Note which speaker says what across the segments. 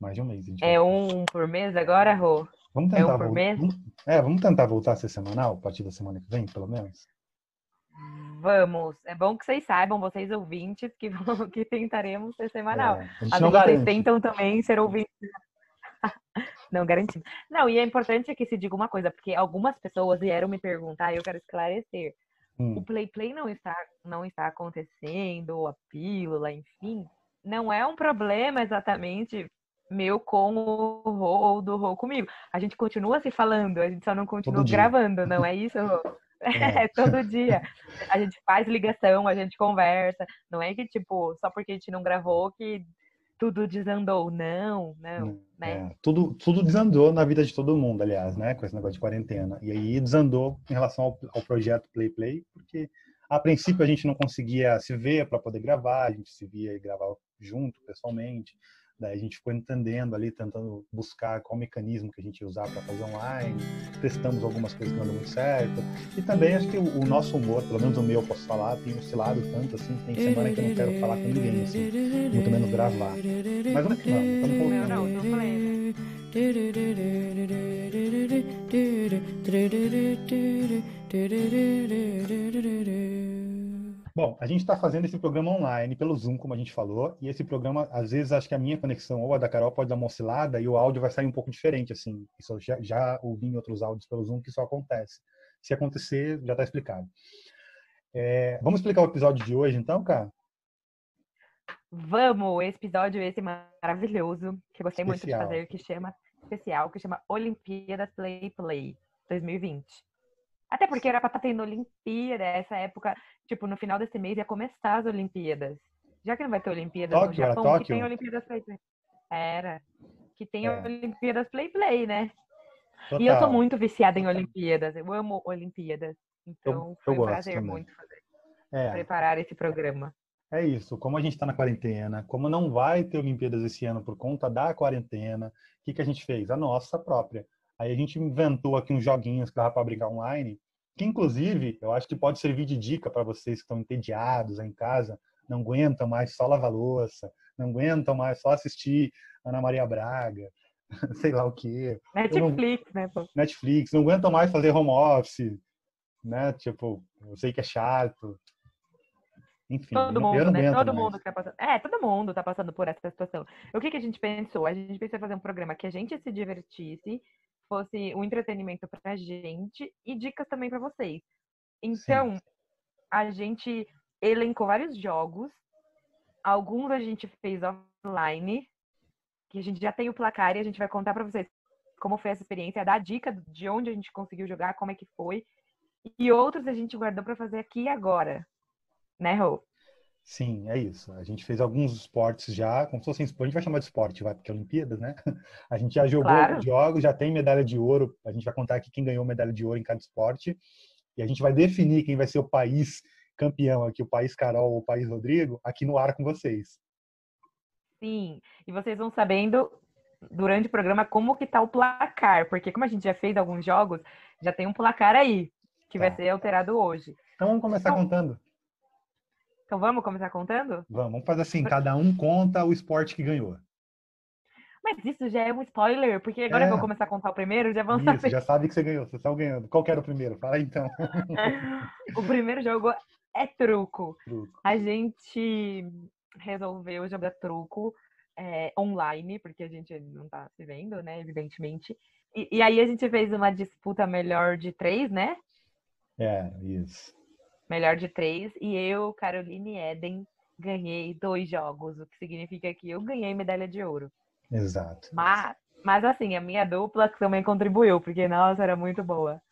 Speaker 1: mais de um mês. a gente
Speaker 2: É
Speaker 1: vai-
Speaker 2: um, um por mês agora, Rô?
Speaker 1: Vamos
Speaker 2: é
Speaker 1: tentar
Speaker 2: um por
Speaker 1: vol-
Speaker 2: mês?
Speaker 1: vamos- É, vamos tentar voltar a ser semanal a partir da semana que vem, pelo menos.
Speaker 2: Vamos. É bom que vocês saibam, vocês ouvintes, que, vão- que tentaremos ser semanal.
Speaker 1: É, a gente não
Speaker 2: Agora vocês
Speaker 1: garante.
Speaker 2: tentam também ser ouvintes. Não, garantido. Não, e é importante que se diga uma coisa, porque algumas pessoas vieram me perguntar e eu quero esclarecer.
Speaker 1: Hum,
Speaker 2: O Play Play não está, não está acontecendo, ou a pílula, enfim. Não é um problema exatamente meu com o Rô ou do Rô comigo. A gente continua se falando, a gente só não continua
Speaker 1: dia.
Speaker 2: gravando, não é isso, Rô? É, todo dia. A gente faz ligação, a gente conversa. Não é que, tipo, só porque a gente não gravou que tudo desandou. Não, não,
Speaker 1: Não,
Speaker 2: né?
Speaker 1: é, tudo, tudo desandou na vida de todo mundo, aliás, né? Com esse negócio de quarentena. E aí desandou em relação ao, ao projeto Play Play, porque a princípio a gente não conseguia se ver para poder gravar, a gente se via e gravava junto, pessoalmente. Daí a gente ficou entendendo ali, tentando buscar qual mecanismo que a gente ia usar para fazer online. Testamos algumas coisas que não deu muito certo. E também acho que o, o nosso humor, pelo menos o meu, eu posso falar, tem oscilado tanto assim. Tem semana que eu não quero falar com ninguém, assim, muito menos gravar. Mas vamos que vamos, estamos voltando.
Speaker 2: Não, não, problema.
Speaker 1: Bom, a gente está fazendo esse programa online pelo Zoom, como a gente falou, e esse programa, às vezes, acho que a minha conexão ou a da Carol pode dar uma oscilada e o áudio vai sair um pouco diferente, assim. Isso eu já, já ouvi em outros áudios pelo Zoom que isso acontece. Se acontecer, já está explicado. É, vamos explicar o episódio de hoje, então, cara?
Speaker 2: Vamos, esse episódio esse maravilhoso, que eu gostei muito de
Speaker 1: Especial.
Speaker 2: fazer, que chama especial, que chama Olimpíadas Play Play 2020. Até porque era pra estar tendo Olimpíada essa época, tipo, no final desse mês ia começar as Olimpíadas. Já que não vai ter Olimpíadas
Speaker 1: Tóquio,
Speaker 2: no
Speaker 1: era
Speaker 2: Japão, que tem
Speaker 1: Tóquio?
Speaker 2: Olimpíadas Play Play. Era. Que tem
Speaker 1: É.
Speaker 2: Olimpíadas Play Play, né? E eu
Speaker 1: Total.
Speaker 2: sou muito viciada em Olimpíadas. Eu amo Olimpíadas. Então,
Speaker 1: eu
Speaker 2: foi um
Speaker 1: gosto
Speaker 2: prazer
Speaker 1: também.
Speaker 2: muito fazer-
Speaker 1: É,
Speaker 2: preparar esse programa.
Speaker 1: É isso, como a gente está na quarentena, como não vai ter Olimpíadas esse ano por conta da quarentena, o que, que a gente fez? A nossa própria. Aí a gente inventou aqui uns joguinhos que dava para brincar online, que inclusive eu acho que pode servir de dica para vocês que estão entediados aí em casa, não aguentam mais só lavar louça, não aguentam mais só assistir Ana Maria Braga, sei lá o quê. não-
Speaker 2: Netflix, né? pô?
Speaker 1: Netflix, não aguentam mais fazer home office, né? Tipo, eu sei que é chato. Enfim, eu
Speaker 2: Todo
Speaker 1: não- eu
Speaker 2: mundo,
Speaker 1: não
Speaker 2: né?
Speaker 1: aguento
Speaker 2: Todo
Speaker 1: mais.
Speaker 2: mundo que tá passando. É, todo mundo tá passando por essa situação. O que, que a gente pensou? A gente pensou em fazer um programa que a gente se divertisse, fosse um entretenimento pra gente e dicas também pra vocês. Então, a gente elencou vários jogos. Alguns a gente fez offline, que a gente já tem o placar e a gente vai contar pra vocês como foi essa experiência, dar dica de onde a gente conseguiu jogar, como é que foi. E outros a gente guardou pra fazer aqui e agora. Né, Rô?
Speaker 1: Sim, é isso. A gente fez alguns esportes já, como se fossem esporte, a gente vai chamar de esporte, vai, porque é Olimpíadas, né? A gente já jogou
Speaker 2: Claro.
Speaker 1: alguns jogos, já tem medalha de ouro, a gente vai contar aqui quem ganhou medalha de ouro em cada esporte, e a gente vai definir quem vai ser o país campeão aqui, o país Carol ou o país Rodrigo, aqui no ar com vocês.
Speaker 2: Sim, e vocês vão sabendo durante o programa como que tá o placar, porque como a gente já fez alguns jogos, já tem um placar aí, que vai
Speaker 1: Tá.
Speaker 2: ser alterado hoje.
Speaker 1: Então vamos começar
Speaker 2: Então-
Speaker 1: contando.
Speaker 2: Então vamos começar contando?
Speaker 1: Vamos, vamos fazer assim, cada um conta o esporte que ganhou.
Speaker 2: Mas isso já é um spoiler, porque agora eu vou
Speaker 1: É.
Speaker 2: começar a contar o primeiro, já vão
Speaker 1: Isso,
Speaker 2: saber.
Speaker 1: já sabe que você ganhou, você saiu ganhando. Qual que era o primeiro? Fala aí, então.
Speaker 2: O primeiro jogo é truco.
Speaker 1: Truco.
Speaker 2: A gente resolveu jogar truco eh, online, porque a gente não tá se vendo, né? Evidentemente. E, e aí a gente fez uma disputa melhor de três, né?
Speaker 1: É, isso.
Speaker 2: Melhor de três. E eu, Caroline e Eden, ganhei dois jogos, o que significa que eu ganhei medalha de ouro.
Speaker 1: Exato.
Speaker 2: Mas, mas assim, a minha dupla também contribuiu, porque, nossa, era muito boa.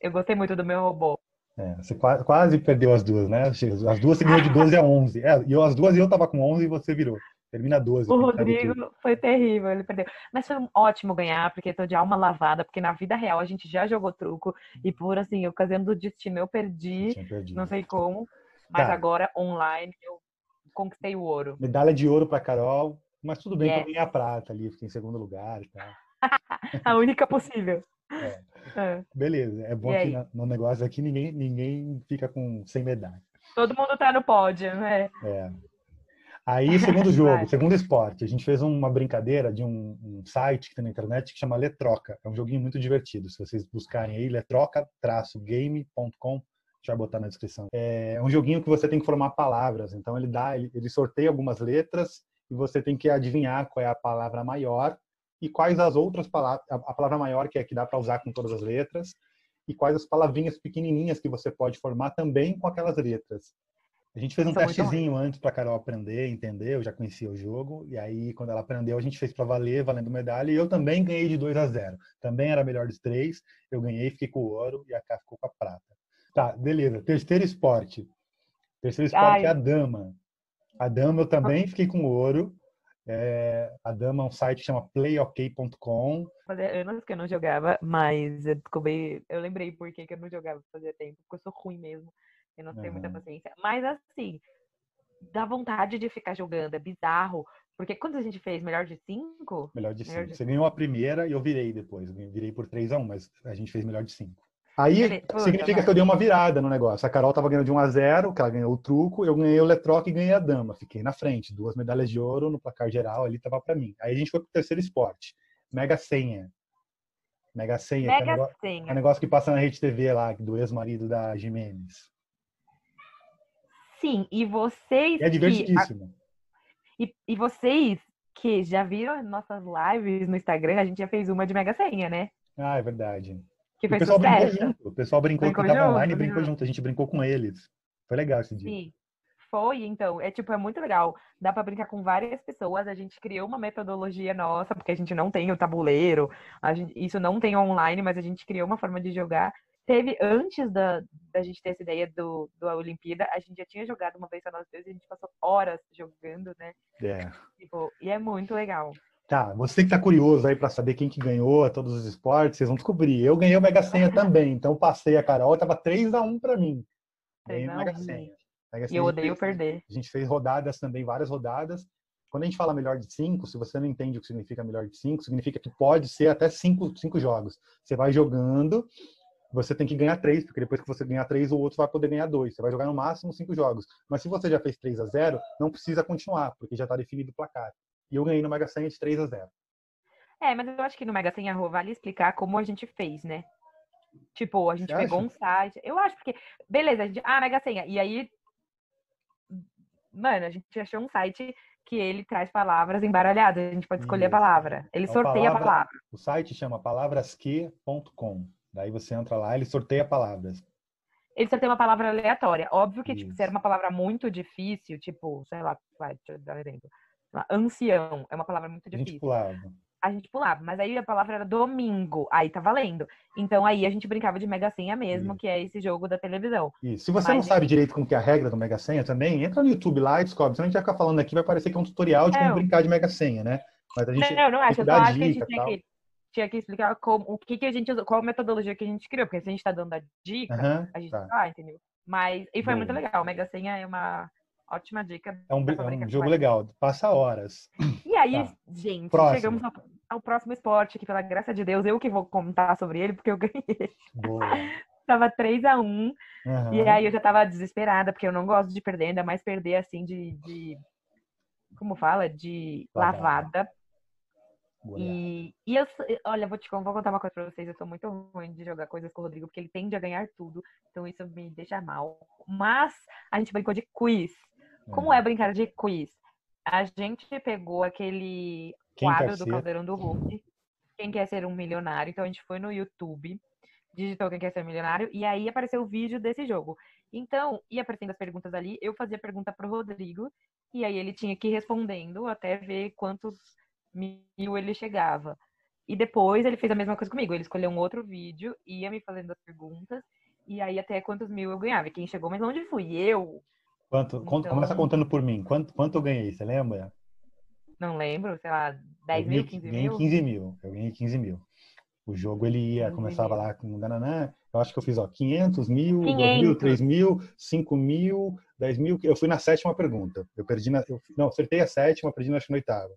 Speaker 2: Eu gostei muito do meu robô.
Speaker 1: É, você qua- quase perdeu as duas, né? Jesus? As duas você ganhou de 12 a 11. É, e eu, as duas eu tava com 11 e você virou. Termina 12.
Speaker 2: O
Speaker 1: porque sabe tudo.
Speaker 2: Rodrigo foi terrível, ele perdeu. Mas foi um ótimo ganhar, porque tô de alma lavada, porque na vida real a gente já jogou truco e por assim, ocasião do destino eu perdi,
Speaker 1: Tinha perdido.
Speaker 2: não sei como, mas
Speaker 1: Cara.
Speaker 2: agora online eu conquistei o ouro.
Speaker 1: Medalha de ouro pra Carol, mas tudo bem que
Speaker 2: É.
Speaker 1: eu ganhei a prata ali, fiquei em segundo lugar e tal.
Speaker 2: A única possível.
Speaker 1: É.
Speaker 2: É.
Speaker 1: Beleza, é bom
Speaker 2: E
Speaker 1: que
Speaker 2: aí?
Speaker 1: na- no negócio aqui ninguém, ninguém fica com sem medalha.
Speaker 2: Todo mundo tá no pódio, né?
Speaker 1: É. Aí, segundo jogo, segundo esporte, a gente fez uma brincadeira de um, um, site que tem na internet que chama Letroca. É um joguinho muito divertido. Se vocês buscarem aí, letroca-game.com, deixa eu botar na descrição. É um joguinho que você tem que formar palavras. Então, ele dá, ele, ele sorteia algumas letras e você tem que adivinhar qual é a palavra maior e quais as outras palavras, a palavra maior que é que dá para usar com todas as letras e quais as palavrinhas pequenininhas que você pode formar também com aquelas letras. A gente fez um São testezinho antes para Carol aprender, entender, eu já conhecia o jogo, e aí quando ela aprendeu, a gente fez para valer, valendo medalha, e eu também ganhei de 2 a 0. Também era melhor dos três, eu ganhei, fiquei com o ouro e a Cá ficou com a prata. Tá, beleza. Terceiro esporte. Terceiro esporte Ai. é a dama. A dama eu também fiquei com o ouro. É, a dama é um site que chama playok.com.
Speaker 2: Fazia anos que eu não jogava, mas eu descobri, eu lembrei por que eu não jogava fazia tempo, porque eu sou ruim mesmo. Eu não tenho uhum. muita paciência. Mas assim, dá vontade de ficar jogando, é bizarro. Porque quando a gente fez melhor de cinco.
Speaker 1: Melhor de melhor cinco. De... Você ganhou a primeira e eu virei depois. Eu virei por 3 a 1 mas a gente fez melhor de cinco. Aí Pô, significa que eu dei uma virada no negócio. A Carol tava ganhando de 1 a 0 que ela ganhou o truco, eu ganhei o Letroc e ganhei a dama. Fiquei na frente, duas medalhas de ouro no placar geral ali tava para mim. Aí a gente foi pro terceiro esporte, Mega Senha. Mega Senha,
Speaker 2: Mega que é,
Speaker 1: um negócio,
Speaker 2: senha.
Speaker 1: é um negócio que passa na Rede TV lá, do ex-marido da Jimenez.
Speaker 2: Sim, e vocês.
Speaker 1: E é divertidíssimo.
Speaker 2: Que, e, e vocês que já viram nossas lives no Instagram, a gente já fez uma de Mega Senha, né?
Speaker 1: Ah, é verdade.
Speaker 2: Que
Speaker 1: o pessoal né? sucesso. brincou junto. O pessoal brincou, brincou que tava online e brincou junto. né? A gente brincou com eles. Foi legal esse dia. Sim.
Speaker 2: Foi, então. É tipo, é muito legal. Dá para brincar com várias pessoas. A gente criou uma metodologia nossa, porque a gente não tem o tabuleiro. Gente, isso não tem online, mas a gente criou uma forma de jogar. Teve, antes da, da gente ter essa ideia do, do Olimpíada, a gente já tinha jogado uma vez só nós dois e a gente passou horas jogando, né?
Speaker 1: É.
Speaker 2: Tipo, e é muito legal.
Speaker 1: Tá, você que tá curioso aí para saber quem que ganhou a todos os esportes, vocês vão descobrir. Eu ganhei o Mega Senha também, então passei a Carol, tava 3 a 1 para mim. Ganhei o Mega Senha. Mega
Speaker 2: Senha. um, né? eu odeio perder.
Speaker 1: A gente fez rodadas também, várias rodadas. Quando a gente fala melhor de 5, se você não entende o que significa melhor de 5, significa que pode ser até 5 cinco, cinco jogos. Você vai jogando, você tem que ganhar 3, porque depois que você ganhar 3, o outro vai poder ganhar 2. Você vai jogar no máximo 5 jogos. Mas se você já fez 3 a 0, não precisa continuar, porque já tá definido o placar. E eu ganhei no Mega Sena de 3 a 0.
Speaker 2: É, mas eu acho que no Mega Sena Rô vale explicar como a gente fez, né? Tipo, a gente Você pegou acha? um site. Eu acho porque. Beleza, a gente. Ah, Mega Senha. E aí. Mano, a gente achou um site que ele traz palavras embaralhadas. A gente pode escolher Isso. a palavra. Ele então, sorteia palavra... a palavra.
Speaker 1: O site chama palavrasque.com. Daí você entra lá, ele sorteia
Speaker 2: É
Speaker 1: palavras
Speaker 2: ele só tem uma palavra aleatória. Óbvio que, Isso. tipo, se era uma palavra muito difícil, tipo, sei lá, vai, deixa eu dar um exemplo. Ancião é uma palavra muito difícil.
Speaker 1: A gente né? pulava.
Speaker 2: A gente pulava, mas aí a palavra era domingo, aí tá valendo. Então aí a gente brincava de Mega Senha mesmo, Isso. que é esse jogo da televisão.
Speaker 1: Isso. Se você mas, não sabe direito como que é a regra do Mega Senha também, entra no YouTube lá e descobre. Se a gente vai ficar falando aqui, vai parecer que é um tutorial de como não. brincar de Mega Senha, né?
Speaker 2: Mas a gente não, não acho. Eu só acho que a gente tinha que tinha que explicar como, o que, que a gente usou, qual a metodologia que a gente criou, porque se a gente está dando a dica, uhum, a gente tá. Ah, entendeu? Mas, e foi Boa. muito legal, o Mega Senha é uma ótima dica.
Speaker 1: É um, é um jogo legal, passa horas.
Speaker 2: E aí, tá. gente, próximo. chegamos ao, ao, próximo esporte, que pela graça de Deus, eu que vou contar sobre ele, porque eu ganhei.
Speaker 1: Boa.
Speaker 2: tava 3 a 1 uhum. e aí eu já tava desesperada, porque eu não gosto de perder, ainda mais perder assim de... de como fala? De lavada. lavada. E, e, eu, olha, vou te vou contar uma coisa pra vocês. Eu sou muito ruim de jogar coisas com o Rodrigo, porque ele tende a ganhar tudo. Então isso me deixa mal. Mas a gente brincou de quiz. Como é, é brincar de quiz? A gente pegou aquele Quem quadro do Caldeirão do Hulk. Quem quer ser um milionário? Então a gente foi no YouTube, digitou Quem quer ser um milionário, e aí apareceu o vídeo desse jogo. Então, ia aparecendo as perguntas ali, eu fazia pergunta pro Rodrigo, e aí ele tinha que ir respondendo até ver quantos mil ele chegava. E depois ele fez a mesma coisa comigo. Ele escolheu um outro vídeo, ia me fazendo as perguntas, e aí até quantos mil eu ganhava. E quem chegou mais longe fui eu.
Speaker 1: Quanto, então... Começa contando por mim. Quanto, quanto eu ganhei, você lembra?
Speaker 2: Não lembro, sei lá, 10 mil, 15
Speaker 1: mil? Ganhei 15 mil. Eu ganhei 15 mil. O jogo ele ia, começava mil. lá com dananã. Eu acho que eu fiz, ó, 500 mil, 500. 2 mil, 3 mil, 5 mil, 10 mil. Eu fui na sétima pergunta. Eu perdi na. Eu, não, acertei a sétima, perdi na, na oitava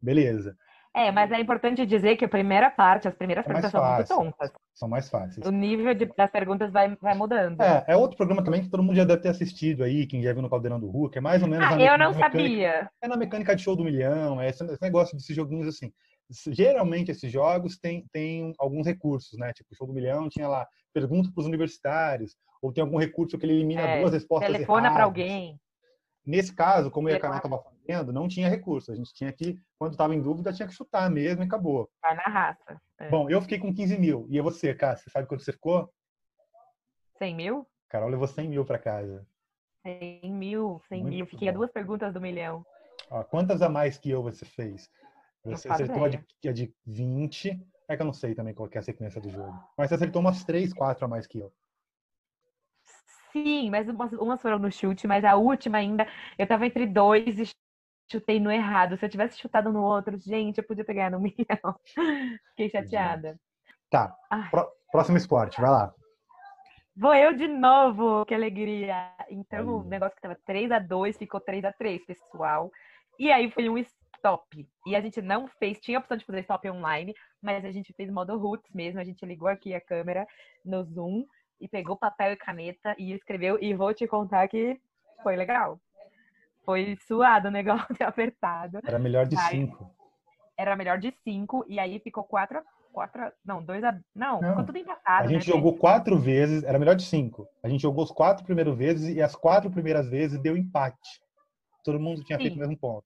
Speaker 1: beleza.
Speaker 2: É, mas é importante dizer que a primeira parte, as primeiras
Speaker 1: É mais
Speaker 2: perguntas são muito
Speaker 1: fácil.
Speaker 2: tontas.
Speaker 1: São mais fáceis.
Speaker 2: O nível de- das perguntas vai, vai mudando.
Speaker 1: É, é outro programa também que todo mundo já deve ter assistido aí, quem já viu no Caldeirão do Hulk, é mais ou menos...
Speaker 2: Ah,
Speaker 1: na
Speaker 2: eu
Speaker 1: mesma
Speaker 2: não
Speaker 1: mecânica-
Speaker 2: sabia.
Speaker 1: É na mecânica de show do milhão, é esse esse negócio desses joguinhos assim. S- Geralmente esses jogos têm, têm um, alguns recursos, né? Tipo, show do milhão tinha lá pergunta para os universitários, ou tem algum recurso que ele elimina
Speaker 2: É,
Speaker 1: duas respostas
Speaker 2: Telefona para
Speaker 1: erradas.
Speaker 2: alguém.
Speaker 1: Nesse caso, como o Iacanal
Speaker 2: Telefona.
Speaker 1: estava fazendo, não tinha recurso. A gente tinha que, quando estava em dúvida, tinha que chutar mesmo e acabou.
Speaker 2: Vai na raça. É.
Speaker 1: Bom, eu fiquei com 15 mil. E você, Cássio, você sabe quanto você ficou?
Speaker 2: 100 mil?
Speaker 1: Carol levou 100 mil para casa.
Speaker 2: 100 mil, 100
Speaker 1: Muito
Speaker 2: mil. Fiquei a
Speaker 1: bom.
Speaker 2: duas perguntas do milhão.
Speaker 1: Ó, quantas a mais que eu você fez?
Speaker 2: Não
Speaker 1: Você
Speaker 2: faço
Speaker 1: acertou a de,
Speaker 2: ideia.
Speaker 1: a de 20. É que eu não sei também qual que é a sequência do jogo. Mas você acertou umas 3, 4 a mais que eu.
Speaker 2: Sim, mas umas, umas foram no chute, mas a última ainda, eu tava entre dois e chutei no errado. Se eu tivesse chutado no outro, gente, eu podia pegar no milhão. Fiquei
Speaker 1: é.
Speaker 2: chateada.
Speaker 1: Tá.
Speaker 2: Ai.
Speaker 1: pró- próximo esporte, vai lá.
Speaker 2: Vou eu de novo, que alegria. Então, o
Speaker 1: Aí.
Speaker 2: negócio que tava 3 a 2 ficou 3 a 3 pessoal. E aí foi um stop. E a gente não fez, tinha a opção de fazer stop online, mas a gente fez modo roots mesmo. A gente ligou aqui a câmera no Zoom e pegou papel e caneta e escreveu. E vou te contar que foi legal. Foi suado o negócio, apertado.
Speaker 1: Era melhor de
Speaker 2: Vai.
Speaker 1: 5.
Speaker 2: Era melhor de 5, e aí ficou 4 a 4 a, Não, 2 a. Não,
Speaker 1: Não.
Speaker 2: ficou tudo empatado.
Speaker 1: A
Speaker 2: né,
Speaker 1: gente
Speaker 2: gente?
Speaker 1: jogou quatro vezes, era melhor de cinco. A gente jogou os quatro primeiras vezes e as quatro primeiras vezes deu empate. Todo mundo tinha feito o
Speaker 2: Sim.
Speaker 1: mesmo ponto.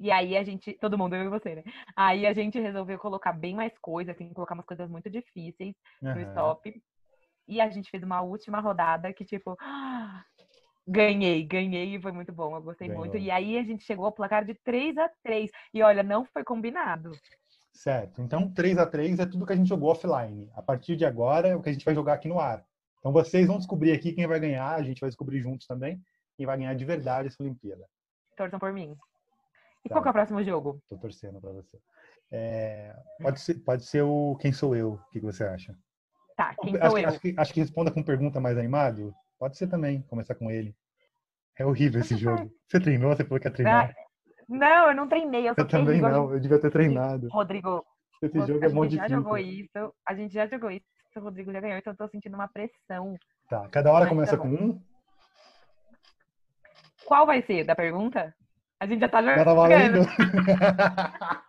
Speaker 2: E aí a gente, todo mundo eu e você, né? Aí a gente resolveu colocar bem mais coisas, assim, colocar umas coisas muito difíceis no
Speaker 1: Aham.
Speaker 2: stop. E a gente fez uma última rodada que, tipo, ganhei, ganhei e foi muito bom, eu gostei muito.
Speaker 1: Ganhou.
Speaker 2: E aí a gente chegou ao placar de 3 a 3 E olha, não foi combinado.
Speaker 1: Certo. Então, 3 a 3 é tudo que a gente jogou offline. A partir de agora é o que a gente vai jogar aqui no ar. Então, vocês vão descobrir aqui quem vai ganhar, a gente vai descobrir juntos também quem vai ganhar de verdade essa Olimpíada.
Speaker 2: Torçam por mim. E
Speaker 1: Tá.
Speaker 2: qual que é o próximo jogo?
Speaker 1: Tô torcendo para você. É, pode ser, pode ser o quem sou eu. O que que você acha?
Speaker 2: Tá, quem
Speaker 1: acho,
Speaker 2: sou
Speaker 1: que,
Speaker 2: eu?
Speaker 1: acho que- acho que responda com pergunta mais animado. Pode ser também, começar com ele. É horrível esse jogo. Você treinou? Você falou que ia treinar.
Speaker 2: Ah, Não, eu não treinei, eu sou
Speaker 1: Eu também não, eu devia ter treinado.
Speaker 2: Rodrigo,
Speaker 1: Esse
Speaker 2: vo-
Speaker 1: jogo
Speaker 2: a
Speaker 1: é
Speaker 2: gente
Speaker 1: muito
Speaker 2: já jogou
Speaker 1: difícil.
Speaker 2: isso, a gente já jogou isso, o Rodrigo já ganhou, então eu tô sentindo uma pressão.
Speaker 1: Tá, cada hora
Speaker 2: Mas
Speaker 1: começa
Speaker 2: tá
Speaker 1: com um.
Speaker 2: Qual vai ser da pergunta? A gente já tá jogando.
Speaker 1: Já tá valendo.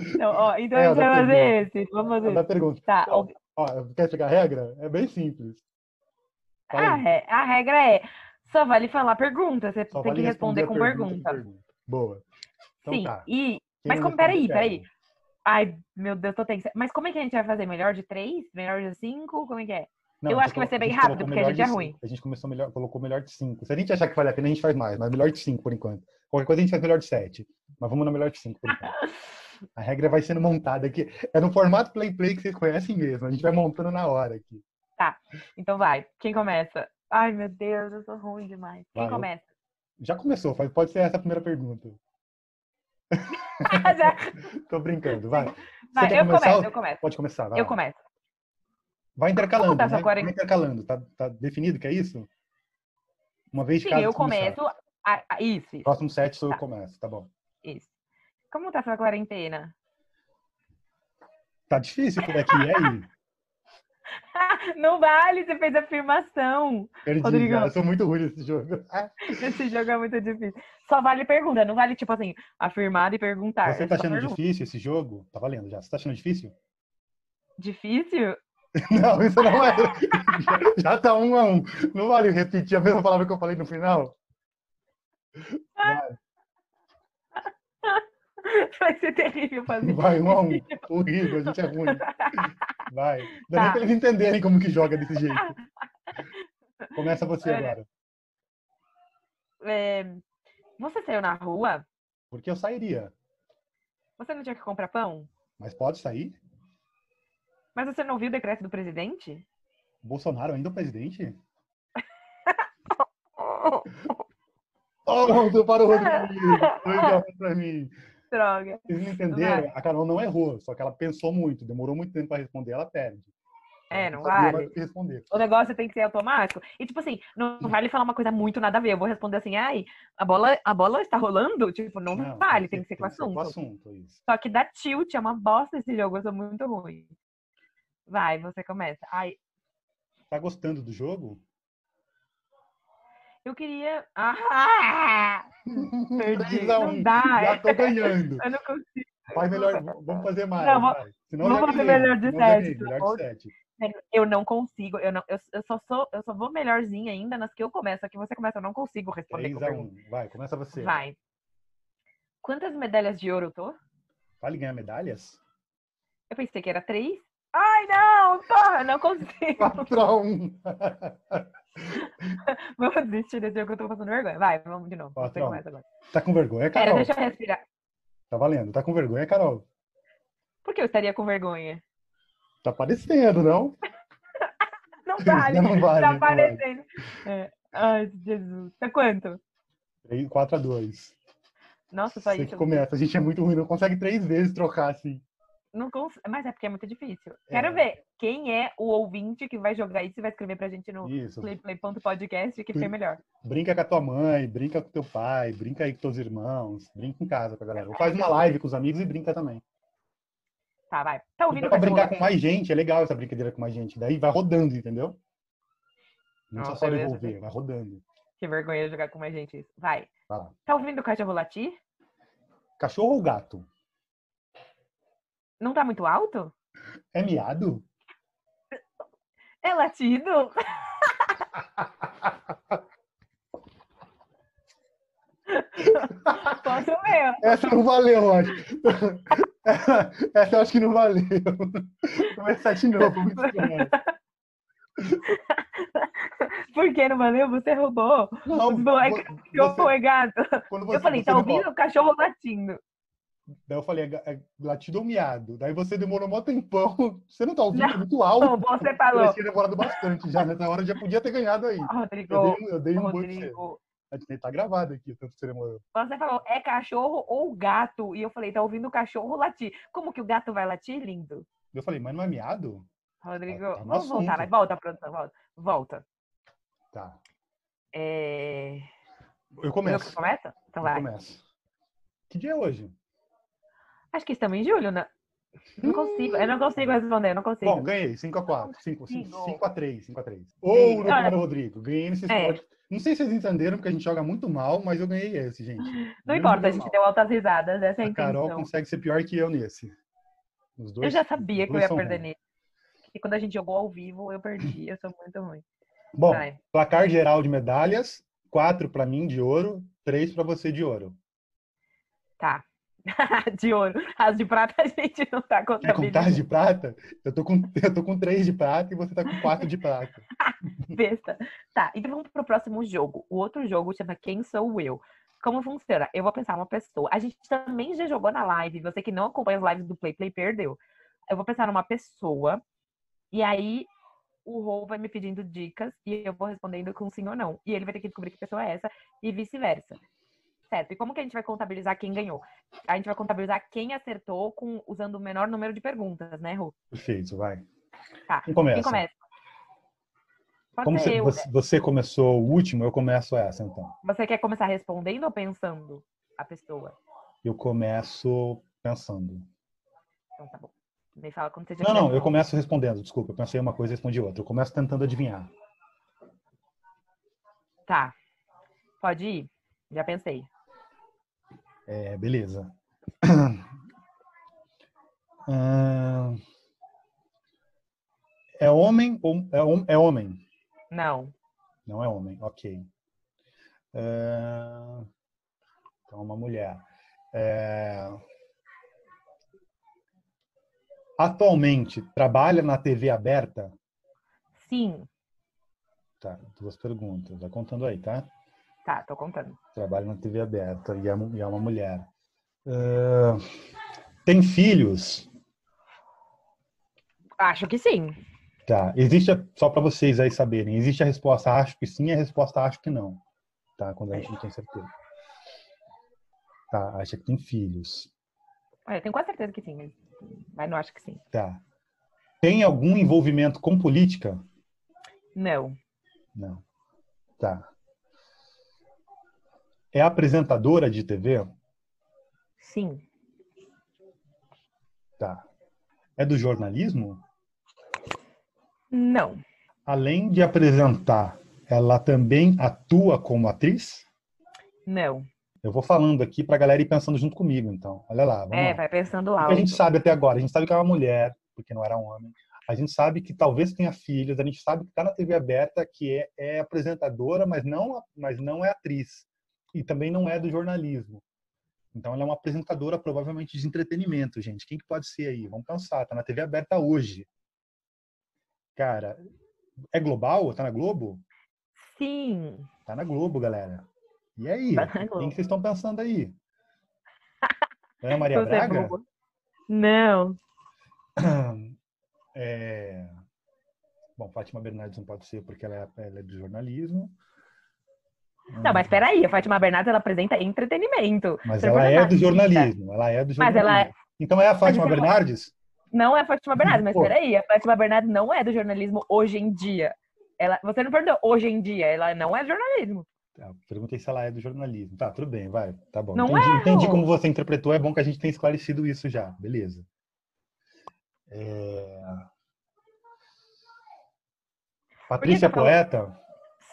Speaker 2: Então, ó, então
Speaker 1: É,
Speaker 2: a gente
Speaker 1: da
Speaker 2: vai fazer esse. Vamos fazer.
Speaker 1: Cada pergunta.
Speaker 2: Tá.
Speaker 1: Então,
Speaker 2: ó,
Speaker 1: Ó, quer chegar a regra? É bem simples. Fala
Speaker 2: a,
Speaker 1: aí.
Speaker 2: re- a regra é: só vale falar pergunta. Você
Speaker 1: Só
Speaker 2: tem
Speaker 1: vale
Speaker 2: que responder, com
Speaker 1: a
Speaker 2: pergunta.
Speaker 1: Boa. Então
Speaker 2: Sim.
Speaker 1: tá.
Speaker 2: E.
Speaker 1: Quem
Speaker 2: Mas como-
Speaker 1: responde,
Speaker 2: peraí,
Speaker 1: pega.
Speaker 2: peraí. Ai, meu Deus, tô tensa. Mas como é que a gente vai fazer? Melhor de três? Melhor de cinco? Como é que é?
Speaker 1: Não,
Speaker 2: Eu
Speaker 1: a
Speaker 2: acho que vai
Speaker 1: gente
Speaker 2: ser bem
Speaker 1: colocou
Speaker 2: rápido, porque a
Speaker 1: melhor
Speaker 2: gente
Speaker 1: de
Speaker 2: é
Speaker 1: cinco.
Speaker 2: ruim.
Speaker 1: A gente começou melhor, colocou melhor de 5. Se a gente achar que vale a pena, a gente faz mais, mas melhor de 5 por enquanto. Qualquer coisa a gente faz melhor de 7. Mas vamos na melhor de 5 por enquanto. a regra vai sendo montada aqui. É no formato play play que vocês conhecem mesmo. A gente vai montando na hora aqui.
Speaker 2: Então vai. Quem começa? Ai, meu Deus, eu sou ruim demais. Quem
Speaker 1: Vai, eu-
Speaker 2: começa?
Speaker 1: Já começou, faz- pode ser essa a primeira pergunta.
Speaker 2: Ah, Já-
Speaker 1: Tô brincando, vai.
Speaker 2: vai,
Speaker 1: quer
Speaker 2: eu
Speaker 1: começar?
Speaker 2: começo, eu começo.
Speaker 1: Pode começar, vai.
Speaker 2: Eu
Speaker 1: lá.
Speaker 2: começo.
Speaker 1: Vai intercalando,
Speaker 2: Vamos dar
Speaker 1: né?
Speaker 2: essa
Speaker 1: Vai
Speaker 2: quarenta-
Speaker 1: intercalando. Tá, tá definido que é isso? Uma vez de
Speaker 2: Sim,
Speaker 1: cada
Speaker 2: eu
Speaker 1: que começar.
Speaker 2: começo. Ah, ah, isso, isso,
Speaker 1: Próximo set sou eu que começo, tá bom.
Speaker 2: isso. Como tá sua quarentena?
Speaker 1: Tá difícil por aqui, e aí?
Speaker 2: Não vale, você fez afirmação.
Speaker 1: Perdi,
Speaker 2: Rodrigo.
Speaker 1: cara. Eu sou muito ruim nesse jogo.
Speaker 2: Esse jogo é muito difícil. Só vale pergunta, não vale, tipo assim, afirmar e perguntar.
Speaker 1: Você
Speaker 2: é
Speaker 1: tá
Speaker 2: só
Speaker 1: achando
Speaker 2: pergunta.
Speaker 1: difícil esse jogo? Tá valendo já. Você tá achando difícil?
Speaker 2: difícil?
Speaker 1: Não, isso não é. já, já tá um a um. Não vale repetir a mesma palavra que eu falei no final?
Speaker 2: Vai ser terrível fazer.
Speaker 1: Vai um a um. Horrível, a gente é ruim. Vai. Ainda bem
Speaker 2: Tá.
Speaker 1: pra eles entenderem como que joga desse jeito. Começa você
Speaker 2: Olha.
Speaker 1: agora.
Speaker 2: É, Você saiu na rua?
Speaker 1: Porque eu sairia.
Speaker 2: Você não tinha que comprar pão?
Speaker 1: Mas pode sair?
Speaker 2: Mas você não viu o decreto do presidente?
Speaker 1: Bolsonaro ainda é o presidente?
Speaker 2: Oh,
Speaker 1: Oh, para o Rodrigo. Foi igual pra mim.
Speaker 2: droga.
Speaker 1: é. Vocês não entenderam? A Carol não errou, só que ela pensou muito, demorou muito tempo pra responder, ela perde.
Speaker 2: É, não
Speaker 1: sabia
Speaker 2: vale.
Speaker 1: mais o que responder.
Speaker 2: O negócio tem que ser automático. E, tipo assim, não vale falar uma coisa muito nada a ver. Eu vou responder assim, ai, a bola, a bola está rolando? Tipo, não,
Speaker 1: Não,
Speaker 2: vale, tem que ser com o assunto.
Speaker 1: assunto, isso.
Speaker 2: Só que dá tilt, é uma bosta esse jogo, eu sou muito ruim. Vai, você começa. Ai,
Speaker 1: Tá gostando do jogo?
Speaker 2: eu queria. Ah! Perdi.
Speaker 1: Três a um.
Speaker 2: Não dá. é.
Speaker 1: Já tô ganhando.
Speaker 2: Eu não consigo.
Speaker 1: Faz melhor, vamos fazer mais.
Speaker 2: Não, vou-
Speaker 1: vai. Senão
Speaker 2: vou
Speaker 1: eu já
Speaker 2: fazer
Speaker 1: ganhei.
Speaker 2: melhor de
Speaker 1: Senão eu já
Speaker 2: sete,
Speaker 1: ganhei, Melhor
Speaker 2: pelo
Speaker 1: de sete.
Speaker 2: Eu não consigo. Eu, não, eu, eu só sou, eu só vou melhorzinha ainda nas que eu começo. A que você começa, eu não consigo responder.
Speaker 1: 3
Speaker 2: com
Speaker 1: a
Speaker 2: pergunta.
Speaker 1: 1. Vai, começa você.
Speaker 2: Vai. Quantas medalhas de ouro eu tô?
Speaker 1: Vale ganhar medalhas?
Speaker 2: Eu pensei que era três. Ai, não! Porra, não consigo.
Speaker 1: 4 a 1.
Speaker 2: Vou desistir desse jogo, eu tô passando vergonha. Vai, vamos de novo. Você
Speaker 1: Patrão.
Speaker 2: começa agora.
Speaker 1: Tá com vergonha,
Speaker 2: Pera,
Speaker 1: Carol?
Speaker 2: deixa eu respirar.
Speaker 1: Tá valendo. Tá com vergonha, Carol?
Speaker 2: Por que eu estaria com vergonha?
Speaker 1: Tá parecendo, não?
Speaker 2: Não vale.
Speaker 1: Não vale,
Speaker 2: Tá
Speaker 1: não vale.
Speaker 2: aparecendo. É. Ai, Jesus. Tá quanto?
Speaker 1: 3, 4 a 2.
Speaker 2: Nossa, só
Speaker 1: Você que
Speaker 2: isso.
Speaker 1: começa. A gente é muito ruim, não consegue três vezes trocar assim.
Speaker 2: Não cons... Mas é porque é muito difícil.
Speaker 1: É.
Speaker 2: Quero ver quem é o ouvinte que vai jogar isso e vai escrever pra gente no
Speaker 1: Isso.
Speaker 2: playplay.podcast que foi
Speaker 1: Sim.
Speaker 2: melhor.
Speaker 1: Brinca com a tua mãe, brinca com teu pai, brinca aí com teus irmãos, brinca em casa com a galera. Ou faz uma live com os amigos e brinca também.
Speaker 2: Tá, vai. Tá
Speaker 1: E dá
Speaker 2: ouvindo?
Speaker 1: pra
Speaker 2: Caçula?
Speaker 1: brincar com mais gente, é legal essa brincadeira com mais gente. Daí vai rodando, entendeu? Não precisa
Speaker 2: Nossa,
Speaker 1: só
Speaker 2: eu ia-
Speaker 1: devolver, vai rodando.
Speaker 2: Que vergonha jogar com mais gente isso. Vai.
Speaker 1: Vai lá.
Speaker 2: Tá ouvindo o cachorro latir?
Speaker 1: Cachorro ou gato?
Speaker 2: Não tá muito alto?
Speaker 1: É miado?
Speaker 2: É latido? Posso ver.
Speaker 1: Essa não valeu, eu acho. Essa, essa eu acho que não valeu. Começar de novo. muito estranho.
Speaker 2: Por que não valeu? Você roubou.
Speaker 1: Não,
Speaker 2: Bom, é
Speaker 1: vo-
Speaker 2: Cachorro
Speaker 1: você-
Speaker 2: é gato.
Speaker 1: quando
Speaker 2: Eu falei,
Speaker 1: você
Speaker 2: tá
Speaker 1: demora-
Speaker 2: ouvindo o cachorro latindo?
Speaker 1: Daí eu falei, é ga- é latido ou miado? Daí você demorou mó tempão. Você não tá ouvindo, é muito alto.
Speaker 2: Bom, você
Speaker 1: Eu
Speaker 2: falou.
Speaker 1: tinha demorado bastante já. Nessa hora eu já podia ter ganhado aí. Eu
Speaker 2: Rodrigo,
Speaker 1: dei, um- eu dei um boi pra você.
Speaker 2: Rodrigo,
Speaker 1: A gente tá gravado aqui, tanto que você demorou.
Speaker 2: você falou, é cachorro ou gato? E eu falei, tá ouvindo o cachorro latir. Como que o gato vai latir, lindo?
Speaker 1: Eu falei, mas não é miado?
Speaker 2: Rodrigo,
Speaker 1: Tá- tá no
Speaker 2: vamos voltar,
Speaker 1: assunto.
Speaker 2: vai. Volta, produção, volta. Volta.
Speaker 1: Tá.
Speaker 2: É...
Speaker 1: Eu
Speaker 2: Eu que
Speaker 1: começo.
Speaker 2: começa?
Speaker 1: Eu
Speaker 2: Então vai.
Speaker 1: começo. Que dia é hoje?
Speaker 2: Acho que estamos em julho, né? Não consigo, eu não consigo responder, eu não consigo.
Speaker 1: Bom, ganhei. 5x4. 5x3. 5x3.
Speaker 2: Então, Ganhei.
Speaker 1: Ouro
Speaker 2: Olha.
Speaker 1: para o Rodrigo. Ganhei nesse
Speaker 2: É.
Speaker 1: esporte. Não sei se vocês entenderam, porque a gente joga muito mal, mas eu ganhei esse, gente.
Speaker 2: não
Speaker 1: Ganhei
Speaker 2: importa,
Speaker 1: muito
Speaker 2: a gente
Speaker 1: mal.
Speaker 2: deu altas risadas, essa é a
Speaker 1: A Carol
Speaker 2: intenção.
Speaker 1: consegue ser pior que eu nesse. Os dois,
Speaker 2: Eu já sabia
Speaker 1: os
Speaker 2: que eu
Speaker 1: dois
Speaker 2: ia
Speaker 1: são
Speaker 2: perder
Speaker 1: ruins.
Speaker 2: nisso. E quando a gente jogou ao vivo, eu perdi, eu sou muito ruim.
Speaker 1: Bom,
Speaker 2: Vai.
Speaker 1: placar geral de medalhas: 4 para mim de ouro, 3 para você de ouro.
Speaker 2: Tá. de ouro. As de prata a gente não tá
Speaker 1: Quer contar
Speaker 2: contabilizando.
Speaker 1: de prata? Eu tô, com, eu tô com 3 de prata e você tá com 4 de prata.
Speaker 2: Besta. Tá, então vamos pro próximo jogo. O outro jogo chama Quem Sou Eu. Como funciona? Eu vou pensar uma pessoa. A gente também já jogou na live. Você que não acompanha as lives do Play Play perdeu. Eu vou pensar numa pessoa. E aí o Rô vai me pedindo dicas e eu vou respondendo com sim ou não. E ele vai ter que descobrir que pessoa é essa e vice-versa. Certo. E como que a gente vai contabilizar quem ganhou? A gente vai contabilizar quem acertou com, usando o menor número de perguntas, né, Rô?
Speaker 1: Perfeito, vai.
Speaker 2: Tá.
Speaker 1: Quem
Speaker 2: Quem
Speaker 1: começa?
Speaker 2: começa? Pode
Speaker 1: Como você,
Speaker 2: ser eu. né?
Speaker 1: você- você começou o último, eu começo essa então.
Speaker 2: Você quer começar respondendo ou pensando a pessoa?
Speaker 1: Eu começo pensando.
Speaker 2: Então tá bom. Me fala quando você já
Speaker 1: Não,
Speaker 2: tiver
Speaker 1: não, eu
Speaker 2: pronto.
Speaker 1: começo respondendo, desculpa. Eu pensei uma coisa e respondi outra. Eu começo tentando adivinhar.
Speaker 2: Tá. Pode ir? Já pensei.
Speaker 1: É, beleza. Ah, É homem ou é, hom- é homem?
Speaker 2: Não.
Speaker 1: Não é homem, ok. Ah, Então, uma mulher. É, Atualmente, trabalha na TV aberta?
Speaker 2: Sim.
Speaker 1: Tá, duas perguntas. Vai contando aí, tá?
Speaker 2: Tá, tô contando.
Speaker 1: Trabalha na TV aberta e é, mu- e é uma mulher. Ah, Tem filhos?
Speaker 2: Acho que sim.
Speaker 1: Tá. Existe, a- só para vocês aí saberem, existe a resposta acho que sim e a resposta acho que não. Tá? Quando a gente não tem certeza. Tá, acha que tem filhos.
Speaker 2: Olha, eu tenho quase certeza que sim. Mas não acho que sim.
Speaker 1: Tá. Tem algum envolvimento com política?
Speaker 2: Não.
Speaker 1: Não. Tá. É apresentadora de TV?
Speaker 2: Sim.
Speaker 1: Tá. É do jornalismo?
Speaker 2: Não.
Speaker 1: Além de apresentar, ela também atua como atriz?
Speaker 2: Não.
Speaker 1: Eu vou falando aqui pra galera ir pensando junto comigo, então. Olha lá, vamos
Speaker 2: É,
Speaker 1: lá.
Speaker 2: vai pensando
Speaker 1: O que a
Speaker 2: alto.
Speaker 1: gente sabe até agora? A gente sabe que é uma mulher, porque não era um homem. A gente sabe que talvez tenha filhos, a gente sabe que está na TV aberta, que é, é apresentadora, mas não, mas não é atriz. E também não é do jornalismo. Então ela é uma apresentadora, provavelmente, de entretenimento, gente. Quem que pode ser aí? Vamos pensar, tá na TV aberta hoje. Cara, é global? Tá na Globo?
Speaker 2: Sim.
Speaker 1: Tá na Globo, galera. E aí?
Speaker 2: Tá na
Speaker 1: Quem
Speaker 2: Globo.
Speaker 1: que vocês estão pensando aí? Ana Maria
Speaker 2: Você é
Speaker 1: Braga?
Speaker 2: bobo. Não.
Speaker 1: É, Bom, Fátima Bernardes não pode ser porque ela é, ela é do jornalismo.
Speaker 2: Não, mas peraí, a Fátima Bernardes ela apresenta entretenimento.
Speaker 1: Mas
Speaker 2: Você
Speaker 1: ela
Speaker 2: foi
Speaker 1: é do
Speaker 2: jornalista.
Speaker 1: jornalismo. Ela é do
Speaker 2: Mas
Speaker 1: jornalismo.
Speaker 2: ela é-
Speaker 1: Então é a Fátima
Speaker 2: ela-
Speaker 1: Bernardes?
Speaker 2: Não é a Fátima Bernardes, mas
Speaker 1: Pô.
Speaker 2: peraí, a Fátima Bernardes não é do jornalismo hoje em dia. Ela, você não perguntou hoje em dia, ela não é do jornalismo.
Speaker 1: Tá, perguntei se ela é do jornalismo. Tá, tudo bem, vai. Tá bom.
Speaker 2: Não é,
Speaker 1: entendi, entendi
Speaker 2: erro.
Speaker 1: como você interpretou. É bom que a gente tenha esclarecido isso já. Beleza. É... Patrícia é
Speaker 2: eu falo-
Speaker 1: Poeta?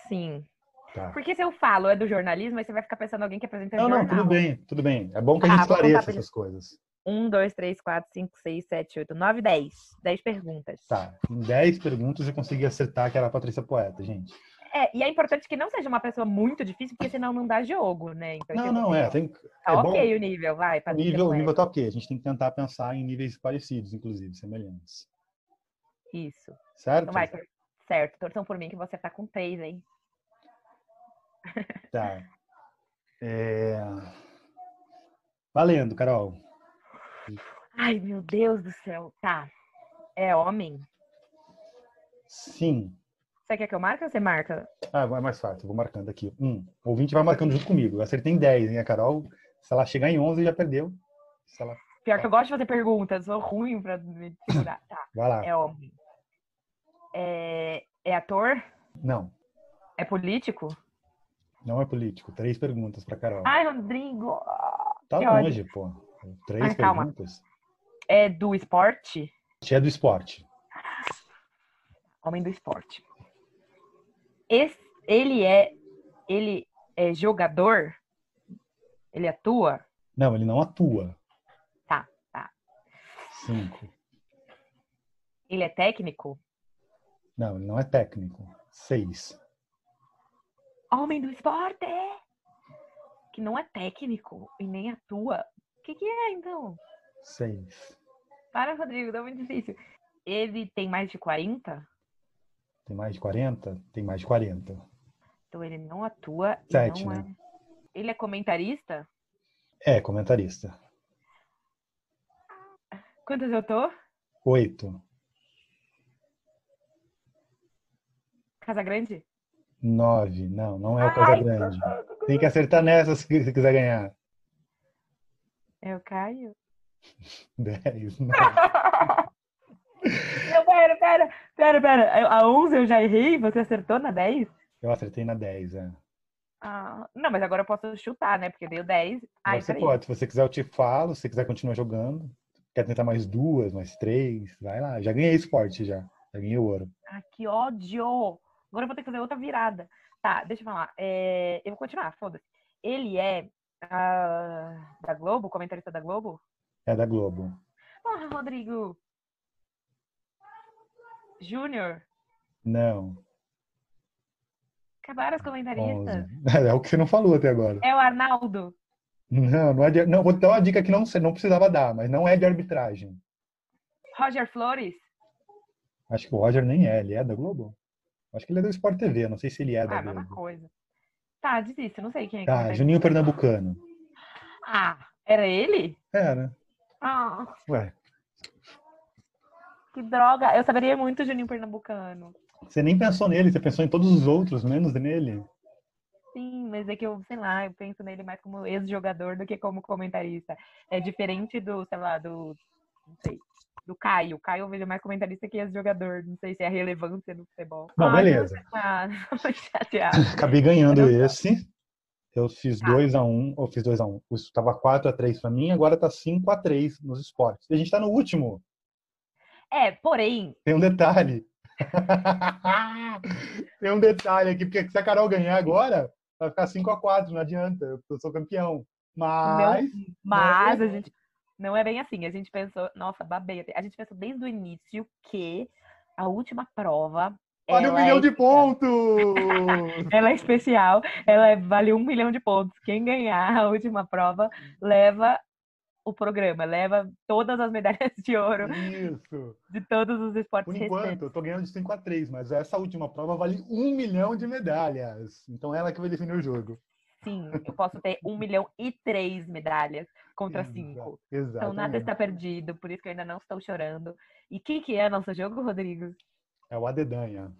Speaker 2: Sim.
Speaker 1: Tá.
Speaker 2: Porque se eu falo é do jornalismo, aí você vai ficar pensando em alguém que apresenta
Speaker 1: Não, não,
Speaker 2: É jornal.
Speaker 1: tudo bem, tudo bem. É bom que a gente
Speaker 2: Ah, vou contar
Speaker 1: esclareça
Speaker 2: pra gente.
Speaker 1: essas coisas.
Speaker 2: 1, 2, 3, 4, 5, 6, 7, 8, 9, 10. 10 perguntas.
Speaker 1: Tá, em 10 perguntas eu consegui acertar que era a Patrícia Poeta, gente.
Speaker 2: É, e é importante que não seja uma pessoa muito difícil, porque senão não dá jogo, né? Então,
Speaker 1: Não,
Speaker 2: tipo,
Speaker 1: não, é. Tem,
Speaker 2: Tá
Speaker 1: é bom.
Speaker 2: ok o nível, vai.
Speaker 1: o
Speaker 2: Patrícia
Speaker 1: nível, o
Speaker 2: Poeta.
Speaker 1: nível tá ok. A gente tem que tentar pensar em níveis parecidos, inclusive, semelhantes.
Speaker 2: Isso.
Speaker 1: Certo?
Speaker 2: Então vai, tor- certo. Torçam por mim que você tá com 3, hein?
Speaker 1: Tá. É... Valendo, Carol.
Speaker 2: Ai, meu Deus do céu. Tá. É homem.
Speaker 1: Sim.
Speaker 2: Você quer que eu marque ou você marca?
Speaker 1: Ah, vai mais fácil, eu vou marcando aqui. Um. O ouvinte vai marcando junto comigo. Eu acertei em 10, hein? A Carol, se ela chegar em 11, já perdeu. Se ela...
Speaker 2: Pior que eu gosto de fazer perguntas, sou ruim pra me segurar. Tá,
Speaker 1: Vai lá.
Speaker 2: é homem. É, é ator?
Speaker 1: Não,
Speaker 2: É político?
Speaker 1: não é político. Três perguntas pra Carol.
Speaker 2: Ai, Rodrigo!
Speaker 1: tá
Speaker 2: que ódio.
Speaker 1: longe, pô. Três
Speaker 2: Ah, calma.
Speaker 1: perguntas.
Speaker 2: É do esporte?
Speaker 1: É do esporte.
Speaker 2: Homem do esporte. Esse- ele é ele é jogador? Ele atua?
Speaker 1: Não, ele não atua.
Speaker 2: Tá, tá.
Speaker 1: Cinco.
Speaker 2: Ele é técnico?
Speaker 1: Não, ele não é técnico. Seis.
Speaker 2: Homem do esporte! Que não é técnico e nem atua. O que, que é, então?
Speaker 1: Seis.
Speaker 2: Para, Rodrigo, tá muito difícil. Ele tem mais de 40?
Speaker 1: Tem mais de 40? Tem mais de 40.
Speaker 2: Então ele não atua. e
Speaker 1: Sete,
Speaker 2: não
Speaker 1: né?
Speaker 2: é... Ele é comentarista?
Speaker 1: É, comentarista.
Speaker 2: Quantas eu tô?
Speaker 1: Oito.
Speaker 2: Casagrande?
Speaker 1: Nove. Não, não é o
Speaker 2: Ai,
Speaker 1: Casagrande. Tem que acertar nessa se se quiser ganhar.
Speaker 2: Eu caio?
Speaker 1: Dez. Não.
Speaker 2: Não, pera, pera, pera, pera. Eu- A 11 eu já errei, você acertou na 10?
Speaker 1: Eu acertei na dez, é.
Speaker 2: Ah, não, mas agora eu posso chutar, né? Porque deu 10. Ai,
Speaker 1: você
Speaker 2: peraí.
Speaker 1: pode. Se você quiser, eu te falo. Se você quiser, continua jogando. Quer tentar mais duas, mais três? Vai lá. Já ganhei esporte, já. Já ganhei ouro.
Speaker 2: Ah, que ódio! Agora eu vou ter que fazer outra virada. Tá, deixa eu falar. É, eu vou continuar, foda-se. Ele é ah, da Globo, comentarista da Globo?
Speaker 1: É da Globo.
Speaker 2: Porra, Rodrigo! Júnior,
Speaker 1: Não.
Speaker 2: acabaram os comentaristas.
Speaker 1: Onze. É o que você não falou até agora.
Speaker 2: É o Arnaldo.
Speaker 1: Não, não é de, não, vou dar uma dica que não, não precisava dar, mas não é de arbitragem.
Speaker 2: Roger Flores?
Speaker 1: Acho que o Roger nem é, ele é da Globo? Acho que ele é do Sport TV, não sei se ele é da
Speaker 2: Ah, mesma
Speaker 1: Globo.
Speaker 2: coisa. Tá, desisto, não sei quem é que
Speaker 1: Tá,
Speaker 2: comenta.
Speaker 1: Juninho Pernambucano.
Speaker 2: Ah, era ele?
Speaker 1: É, né?
Speaker 2: Ah,
Speaker 1: Ué,
Speaker 2: que droga! Eu saberia muito Juninho Pernambucano.
Speaker 1: você nem pensou nele, você pensou em todos os outros, menos nele.
Speaker 2: Sim, mas é que eu, sei lá, eu penso nele mais como ex-jogador do que como comentarista. É diferente do, sei lá, do. Não sei. do Caio. O Caio é mais comentarista que é jogador. Não sei se é relevância no futebol.
Speaker 1: Bom,
Speaker 2: Ai,
Speaker 1: beleza.
Speaker 2: Ah, tô chateada.
Speaker 1: Acabei ganhando
Speaker 2: Olha
Speaker 1: esse. Eu fiz
Speaker 2: Ah.
Speaker 1: 2 a 1 um, eu fiz 2 a 1 um. Estava 4 a 3 para mim, agora tá 5 a 3 nos esportes. E a gente tá no último.
Speaker 2: É, porém,
Speaker 1: Tem um detalhe. Tem um detalhe aqui, porque se a Carol ganhar agora, vai ficar 5 a 4 não adianta. Eu eu sou campeão. Mas.
Speaker 2: mas
Speaker 1: bem
Speaker 2: a gente não é bem assim. A gente pensou, nossa, babeira. A gente pensou desde o início que a última prova.
Speaker 1: Olha um
Speaker 2: ela
Speaker 1: milhão
Speaker 2: é
Speaker 1: de pontos!
Speaker 2: Ela é especial, ela é- vale um milhão de pontos. Quem ganhar a última prova leva o programa, leva todas as medalhas de ouro
Speaker 1: Isso!
Speaker 2: de todos os esportes
Speaker 1: Por
Speaker 2: restantes.
Speaker 1: enquanto, eu tô ganhando de 5 a 3 mas essa última prova vale um milhão de medalhas. Então ela que vai definir o jogo.
Speaker 2: Sim, eu posso ter um milhão e três medalhas contra
Speaker 1: Exa-
Speaker 2: cinco. Então
Speaker 1: Exatamente.
Speaker 2: nada está perdido, por isso que eu ainda não estou chorando. E quem que é nosso jogo, Rodrigo?
Speaker 1: É o Adedanha.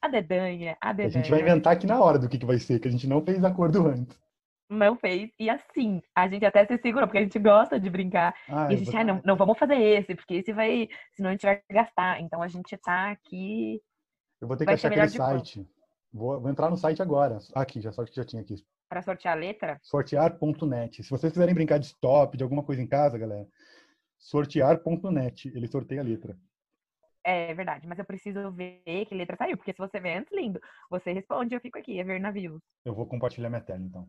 Speaker 2: A dedanha, a
Speaker 1: A
Speaker 2: dedanha.
Speaker 1: gente vai inventar aqui na hora do que, que vai ser, que a gente não fez acordo antes.
Speaker 2: Não fez. E assim, a gente até se segurou, porque a gente gosta de brincar.
Speaker 1: Ah,
Speaker 2: E a
Speaker 1: eu
Speaker 2: gente,
Speaker 1: vou-
Speaker 2: ah, não, não vamos fazer esse, porque esse vai. Senão a gente vai gastar. Então a gente tá aqui.
Speaker 1: Eu vou ter que
Speaker 2: Vai
Speaker 1: achar
Speaker 2: ser
Speaker 1: aquele
Speaker 2: melhor de quanto?
Speaker 1: site. Vou, vou entrar no site agora. Aqui, já só que já tinha aqui.
Speaker 2: Pra sortear a letra?
Speaker 1: Sortear.net. Se vocês quiserem brincar de stop, de alguma coisa em casa, galera, sortear.net. Ele sorteia a letra.
Speaker 2: É verdade, mas eu preciso ver que letra saiu, porque se você vê antes, lindo, você responde, eu fico aqui, é ver navios.
Speaker 1: Eu vou compartilhar minha tela, então.